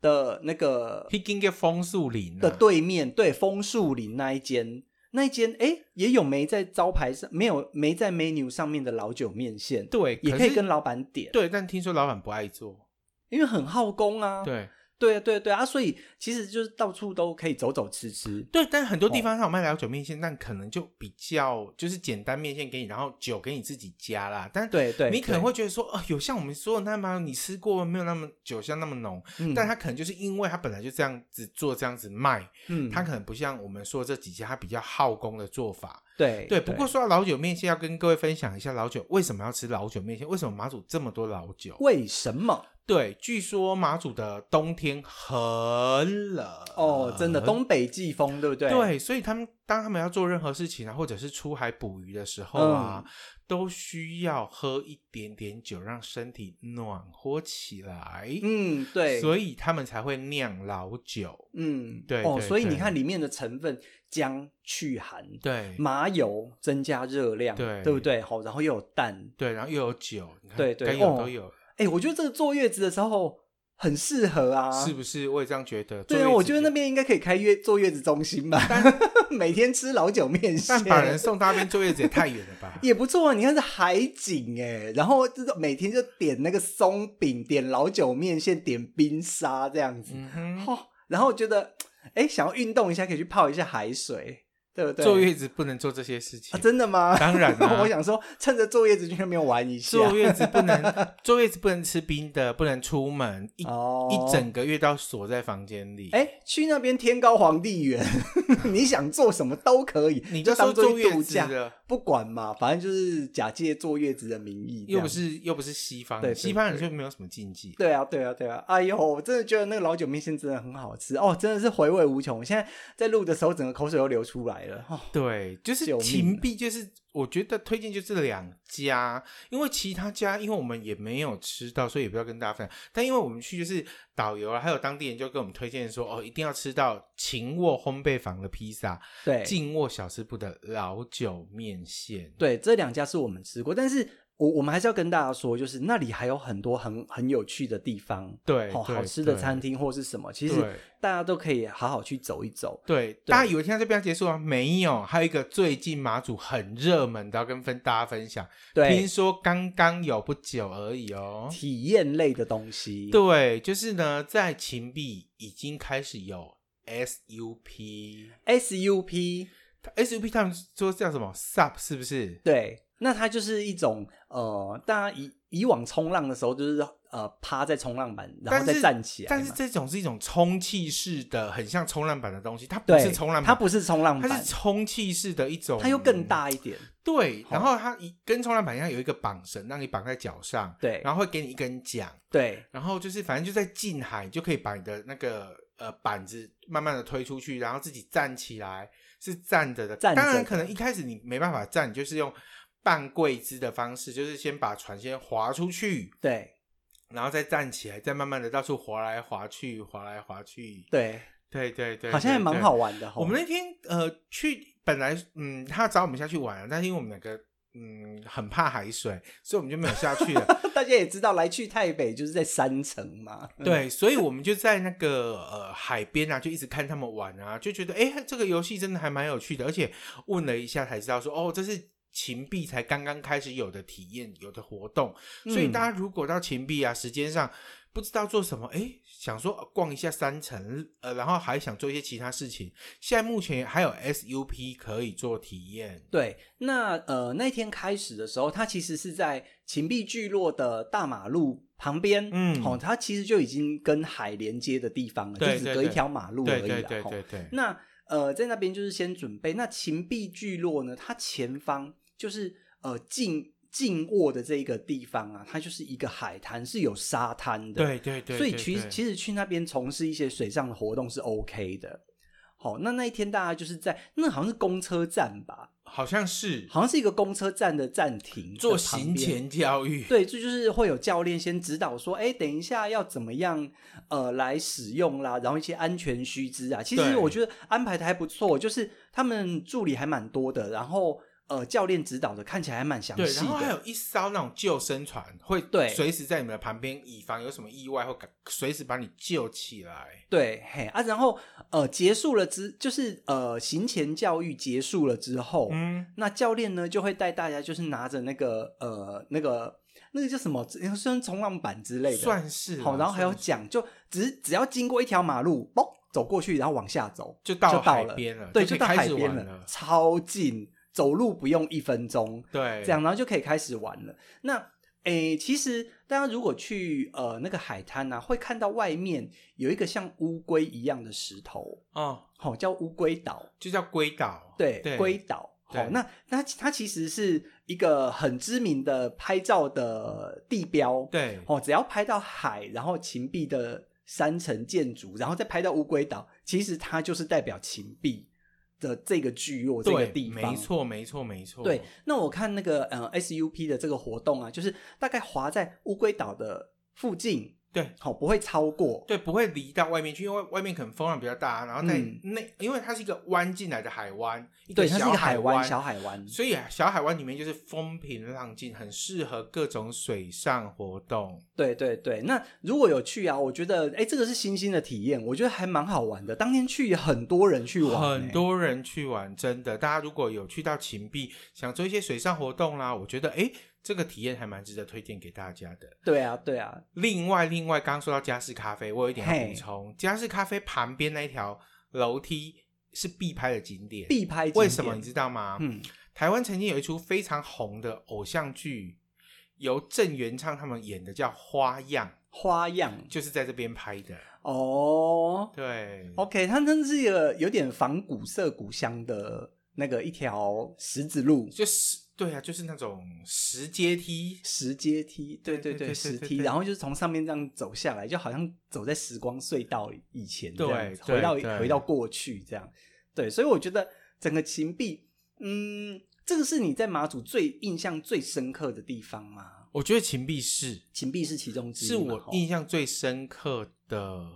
S3: 的那个
S4: p i c k i n g 个枫树林、啊、
S3: 的，对面，对枫树林那一间，那一间哎也有没在招牌上没有没在 menu 上面的老酒面线，
S4: 对，
S3: 也
S4: 可
S3: 可以
S4: 是
S3: 跟老板点，
S4: 对，但听说老板不爱做。
S3: 因为很耗工啊，
S4: 对
S3: 对啊对啊对啊，所以其实就是到处都可以走走吃吃，
S4: 对，但很多
S3: 哦
S4: 地方上有卖老酒面线，但可能就比较就是简单面线给你，然后酒给你自己加啦。但
S3: 对对，
S4: 你可能
S3: 对
S4: 会觉得说，哦，有像我们说的那么你吃过没有那么酒香那么浓，
S3: 嗯
S4: 但它可能就是因为它本来就这样子做这样子卖，
S3: 嗯
S4: 它可能不像我们说这几家它比较耗工的做法。
S3: 对
S4: 对，不过说到老酒面线，要跟各位分享一下老酒为什么要吃老酒面线，为什么马祖这么多老酒？
S3: 为什么
S4: 对，据说马祖的冬天很冷
S3: 哦真的东北季风对不对？
S4: 啊对，所以他们当他们要做任何事情啊，或者是出海捕鱼的时候啊，
S3: 嗯
S4: 都需要喝一点点酒，让身体暖和起来。，
S3: 嗯对，
S4: 所以他们才会酿老酒。
S3: 嗯
S4: 对
S3: 哦，
S4: 对
S3: 所以你
S4: 对
S3: 看里面的成分姜去寒。
S4: 对
S3: 麻油增加热量，
S4: 对
S3: 对不对？好，然后又有蛋，
S4: 对，然后又有酒，你看
S3: 对对
S4: 该有
S3: 哦
S4: 都有，
S3: 哎，我觉得这个坐月子的时候很适合啊，
S4: 是不是？我也这样觉得。
S3: 对
S4: 坐
S3: 啊，
S4: 月
S3: 我
S4: 子
S3: 觉得
S4: 就
S3: 那。边应该可以开月坐月子中心吧， 每天吃老酒面线，
S4: 但把人送到那边坐月子也太远了吧
S3: ？也不错啊。你看这海景哎，然后就是每天就点那个松饼，点老酒面线，点冰沙这样子，
S4: 嗯哼，
S3: 哦，然后我觉得哎，想要运动一下，可以去泡一下海水，对不对？
S4: 坐月子不能做这些事
S3: 啊，。
S4: 情
S3: 真的吗？
S4: 当然 啦
S3: 我想说趁着坐月子去那边玩一下，
S4: 坐月子不能，坐月子不能吃冰的，不能出门，一
S3: 哦
S4: 一整个月都要锁在房间里。
S3: 哎、去那边天高皇帝远， 你想做什么都可以，
S4: 你
S3: 就
S4: 就
S3: 当
S4: 说
S3: 做
S4: 坐
S3: 去
S4: 月
S3: 度
S4: 子
S3: 假，
S4: 了，
S3: 不管嘛，反正就是假借坐月子的名义，
S4: 又不。是又不是西方人，
S3: 对对
S4: 西方人就没有什么禁忌。
S3: 对啊，对啊，对啊！哎呦，我真的觉得那个老酒面线真的很好吃哦，真的是回味无穷。我现在在录的时候，整个口水都流出来了。哦、
S4: 对，就是
S3: 救命啊
S4: 秦壁，就是我觉得推荐就这两家，因为其他家因为我们也没有吃到，所以也不要跟大家分享。但因为我们去就是导游啊，还有当地人就跟我们推荐说，哦，一定要吃到秦沃烘焙坊的披萨，
S3: 对，
S4: 静沃小吃部的老酒面线。
S3: 对，这两家是我们吃过，但是我我们还是要跟大家说，就是那里还有很多很很有趣的地方，哦
S4: 对
S3: 好
S4: 对
S3: 好吃的
S4: 对
S3: 餐厅或是什么，其实
S4: 对
S3: 大家都可以好好去走一走。
S4: 对，大家以为听到这边要结束吗？没有，还有一个最近马祖很热门的，要跟分大家分享。听
S3: 对，
S4: 说刚刚有不久而已哦。
S3: 体验类的东西，
S4: 对，就是呢，在琴壁已经开始有 SUP。
S3: SUP，
S4: SUP 他们说叫什么 SUP 是不是？
S3: 对，那它就是一种呃，大家以以往冲浪的时候就是呃趴在冲浪板，然后
S4: 但
S3: 再
S4: 是
S3: 站起来
S4: 但是
S3: 嘛
S4: 这种是一种充气式的，很像冲浪板的东西，它不
S3: 对
S4: 是冲浪板，
S3: 它不是冲浪
S4: 它
S3: 板
S4: 是，充气式的一种，
S3: 它又更。大一哦点。
S4: 对，然
S3: 好
S4: 后它一跟冲浪板一样有一个绑绳，让你绑在脚上，
S3: 对
S4: 然后会给你一根桨，
S3: 对
S4: 然后就是反正就在近海，你就可以把你的那个呃板子慢慢的推出去，然后自己站起来，是站着的。
S3: 站着的
S4: 当然，可能一开始你没办法站，你就是用半跪姿的方式，就是先把船先划出去，
S3: 对
S4: 然后再站起来，再慢慢的到处划来划去，划来划去。
S3: 对，
S4: 对对对，
S3: 好像也
S4: 对
S3: 蛮
S4: 对
S3: 好玩的吼。
S4: 我们那天呃去本来嗯他找我们下去玩，但是因为我们两个嗯很怕海水，所以我们就没有下去了。
S3: 大家也知道，来去台北就是在山城嘛。
S4: 对，所以我们就在那个呃海边啊，就一直看他们玩啊，就觉得哎、诶这个游戏真的还蛮有趣的，而且问了一下才知道说，哦，这是琴币才刚刚开始有的体验，有的活动，所以
S3: 嗯
S4: 大家如果到琴币啊，时间上不知道做什么，哎、想说呃逛一下山城，呃，然后还想做一些其他事情，现在目前还有 SUP 可以做体验，
S3: 对，那呃那天开始的时候，它其实是在秦壁聚落的大马路旁边，
S4: 嗯
S3: 哦，它其实就已经跟海连接的地方了，
S4: 对
S3: 就只
S4: 对
S3: 隔一
S4: 对
S3: 条马路而
S4: 对
S3: 已
S4: 对
S3: 啦
S4: 对
S3: 吼
S4: 对对，
S3: 那呃，在那边就是先准备。那秦壁聚落呢，它前方就是呃静静卧的这一个地方啊，它就是一个海滩，是有沙滩的。
S4: 对对对，
S3: 所以
S4: 对
S3: 其实
S4: 对
S3: 其实去那边从事一些水上的活动是 OK 的。好，那那一天大家就是在那好像是公车站吧，
S4: 好像是
S3: 好像是一个公车站的站亭的
S4: 做
S3: 旁
S4: 行
S3: 边
S4: 前教育，
S3: 对，这就是会有教练先指导说，哎，等一下要怎么样，呃，来使用啦，然后一些安全须知啊。其实
S4: 对
S3: 我觉得安排的还不错，就是他们助理还蛮多的，然后呃，教练指导的看起来还蛮详
S4: 对，
S3: 细
S4: 然后还
S3: 的。
S4: 有一艘那种救生船，会
S3: 对
S4: 随时在你们的旁边，以防有什么意外或赶随时把你救起来。
S3: 对，嘿啊，然后呃，结束了之，就是呃，行前教育结束了之后，
S4: 嗯，
S3: 那教练呢就会带大家，就是拿着那个呃，那个那个叫什么，算冲浪板之类的，
S4: 算是
S3: 好，
S4: 啦
S3: 然后还有
S4: 算是
S3: 讲，就只只要经过一条马路，嘣，走过去，然后往下走，
S4: 就
S3: 就
S4: 到海
S3: 了，
S4: 边了，
S3: 对，就
S4: 就可
S3: 到
S4: 以开
S3: 海
S4: 始
S3: 边
S4: 玩
S3: 了，超近，走路不用一分钟，
S4: 对，
S3: 这样然后就可以开始玩了。那诶，其实大家如果去呃那个海滩呢、啊，会看到外面有一个像乌龟一样的石头，
S4: 哦，
S3: 好、叫乌龟岛，
S4: 就叫龟岛，
S3: 对，
S4: 对，
S3: 龟岛。好、
S4: 对
S3: 那那它其实是一个很知名的拍照的地标，
S4: 对，
S3: 哦，只要拍到海，然后秦壁的山城建筑，然后再拍到乌龟岛，其实它就是代表秦壁的这个聚落这个
S4: 对，
S3: 地方。
S4: 没。错，没错，没错，
S3: 对，那我看那个呃 SUP 的这个活动啊，就是大概划在乌龟岛的附近，
S4: 对。
S3: 好、不会超过。
S4: 对，不会离到外面去，因为外面可能风浪比较大，然后在
S3: 嗯
S4: 那，因为它是一个弯进来的海湾，一
S3: 对，它是一
S4: 小
S3: 个海
S4: 湾，
S3: 小海湾。
S4: 所以啊，小海湾里面就是风平浪静，很适合各种水上活动。
S3: 对对对，那如果有去啊，我觉得哎，这个是新兴的体验，我觉得还蛮好玩的。当天去也很多人去玩、
S4: 很
S3: 哎
S4: 多人去玩，真的，大家如果有去到琴壁，想做一些水上活动啦，我觉得诶这个体验还蛮值得推荐给大家的。
S3: 对啊，对啊，
S4: 另外，另外，刚刚说到家式咖啡，我有一点要
S3: 嘿
S4: 补充，家式咖啡旁边那一条楼梯是必拍的景点，
S3: 必拍景
S4: 为什么
S3: 点
S4: 你知道吗？
S3: 嗯，
S4: 台湾曾经有一出非常红的偶像剧，由郑元畅他们演的，叫《花样》，
S3: 花样
S4: 就是在这边拍的。
S3: 啊哦
S4: 对，
S3: ，OK，它真的是一个有点仿古色古香的那个一条石子路、
S4: 就是对啊，就是那种石阶梯，
S3: 石阶梯，对对
S4: 对对
S3: 对，
S4: 对
S3: 石
S4: 对
S3: 梯，
S4: 对
S3: 然后就是从上面这样走下来，就好像走在时光隧道以前这样子，
S4: 对
S3: 回到
S4: 对对
S3: 回到过去这样。对，所以我觉得整个秦壁，嗯，这个是你在马祖最印象最深刻的地方吗？
S4: 我觉得秦壁是
S3: 秦壁是其中之一
S4: 是
S3: 嘛，
S4: 我
S3: 吼
S4: 印象最深刻的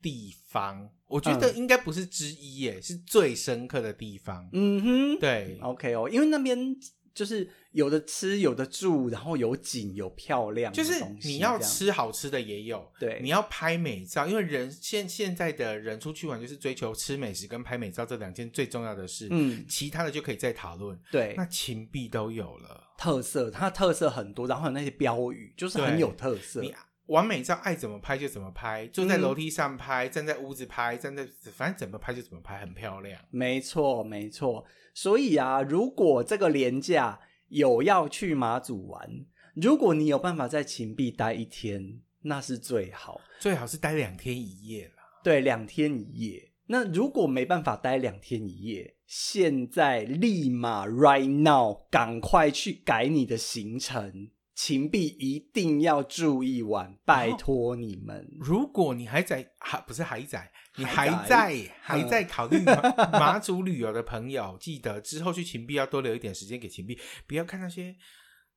S4: 地方，我觉得
S3: 嗯
S4: 应该不是之一耶，是最深刻的地方。
S3: 嗯哼，
S4: 对，
S3: OK 哦，因为那边就是有的吃，有的住，然后有景，有漂亮的
S4: 就
S3: 东西，
S4: 是你要
S3: 这样，
S4: 吃好吃的也有，
S3: 对
S4: 你要拍美照，因为人现现在的人出去玩就是追求吃美食跟拍美照这两件最重要的事，
S3: 嗯
S4: 其他的就可以再讨论。
S3: 对
S4: 那，琴币都有了，
S3: 特色它特色很多，然后有那些标语，就是很
S4: 对
S3: 有特色。
S4: 你完美照爱怎么拍就怎么拍，坐在
S3: 嗯
S4: 楼梯上拍，站在屋子拍，站在反正怎么拍就怎么拍，很漂亮。
S3: 没错，没错。所以啊，如果这个廉假有要去马祖玩，如果你有办法在秦壁待一天，那是最好。
S4: 最好是待两天一夜了。
S3: 对，两天一夜。那如果没办法待两天一夜，现在立马 right now，赶快去改你的行程。秦壁一定要住一晚，拜托你们。
S4: 如果你还在，还不是还在，你
S3: 还
S4: 还
S3: 在嗯
S4: 在还在考虑马祖旅游的朋友，记得之后去秦壁要多留一点时间给秦壁，不要看那些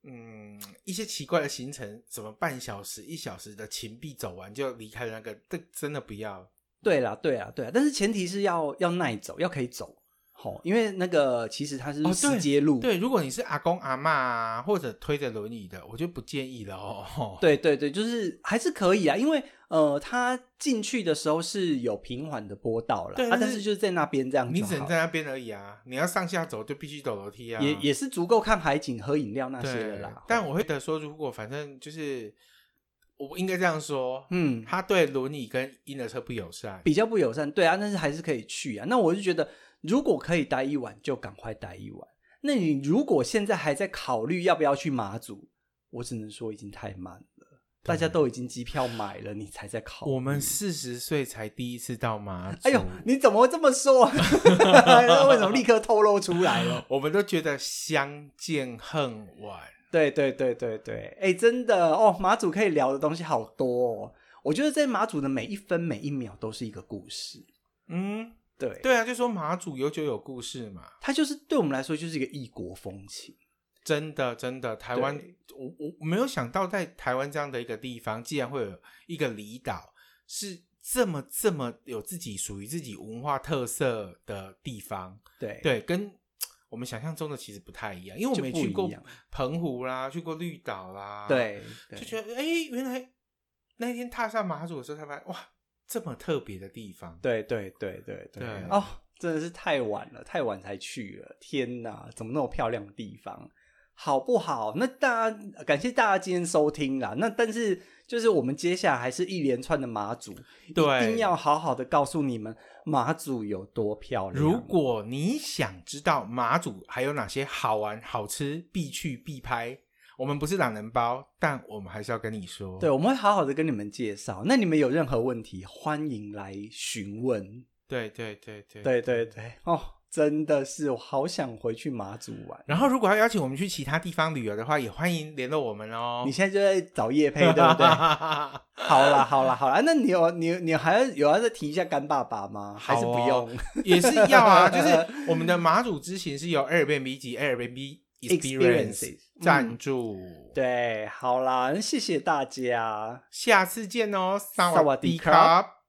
S4: 嗯一些奇怪的行程，什么半小时、一小时的秦壁走完就离开了那个，这真的不要。
S3: 对啦，对啦，对啦，但是前提是要要耐走，要可以走，吼，因为那个其实它是
S4: 哦对
S3: 市街路，
S4: 对，如果你是阿公阿嬷啊，或者推着轮椅的，我就不建议了哦。
S3: 对对对，就是还是可以啊，因为呃，它进去的时候是有平缓的坡道啦，
S4: 对
S3: 啊，
S4: 但
S3: 但
S4: 是
S3: 是就是在那边这样
S4: 你
S3: 就
S4: 只能
S3: 好
S4: 在那边而已啊！你要上下走就必须走楼梯啊，
S3: 也也是足够看海景、喝饮料那
S4: 对，
S3: 些的啦。
S4: 但
S3: 吼
S4: 我会得说，如果反正就是，我应该这样说，
S3: 嗯，
S4: 他对轮椅跟婴儿车不友善。
S3: 比较不友善，对啊，但是还是可以去啊。那我就觉得，如果可以待一晚，就赶快待一晚。那你如果现在还在考虑要不要去马祖，我只能说已经太慢了，大家都已经机票买了，你才在考虑。
S4: 我们四十岁才第一次到马祖，
S3: 嗯哎呦，你怎么会这么说？那 为什么立刻透露出来了？
S4: 我们都觉得相见恨晚。
S3: 对对对对对，哎，真的哦，马祖可以聊的东西好多、哦。我觉得在马祖的每一分每一秒都是一个故事。
S4: 嗯，
S3: 对，
S4: 对啊，就说马祖有酒有故事嘛，
S3: 它就是对我们来说就是一个异国风情。
S4: 真的真的，台湾，我我我没有想到在台湾这样的一个地方，竟然会有一个离岛是这么这么有自己属于自己文化特色的地方。
S3: 对
S4: 对，跟我们想象中的其实不太一样，因为我
S3: 就
S4: 没
S3: 不
S4: 去
S3: 一
S4: 过
S3: 样
S4: 澎湖啦，去过绿岛啦，，
S3: 对，
S4: 啊就
S3: 对
S4: 觉得哎、诶原来那一天踏上马祖的时候，才发现哇，这么特别的地方。
S3: 对对对对对
S4: 对
S3: 哦，真的是太晚了，太晚才去了。天哪，怎么那么漂亮的地方，好不好？那大家感谢大家今天收听啦。那但是就是我们接下来还是一连串的马祖，
S4: 对
S3: 一定要好好的告诉你们马祖有多漂亮。
S4: 如果你想知道马祖还有哪些好玩、好吃、必去必拍，我们不是懒人包，但我们还是要跟你说。
S3: 对，我们会好好的跟你们介绍。那你们有任何问题，欢迎来询问。
S4: 对对对对
S3: 对对对，哦，真的是，我好想回去马祖玩。
S4: 然后，如果要邀请我们去其他地方旅游的话，也欢迎联络我们哦。
S3: 你现在就在找叶 配，对不对？ 好啦，好啦，好啦，那你有你你还要有要再提一下干爸爸吗？还是不
S4: 好哦
S3: 用？
S4: 也是要啊，就是我们的马祖之行是由 Airbnb 及 Airbnb Experience
S3: Experiences，嗯
S4: 赞助。，
S3: 对，好啦，谢谢大家。
S4: 下次见哦，萨
S3: 萨瓦
S4: 瓦
S3: 迪
S4: 迪
S3: 卡
S4: 卡。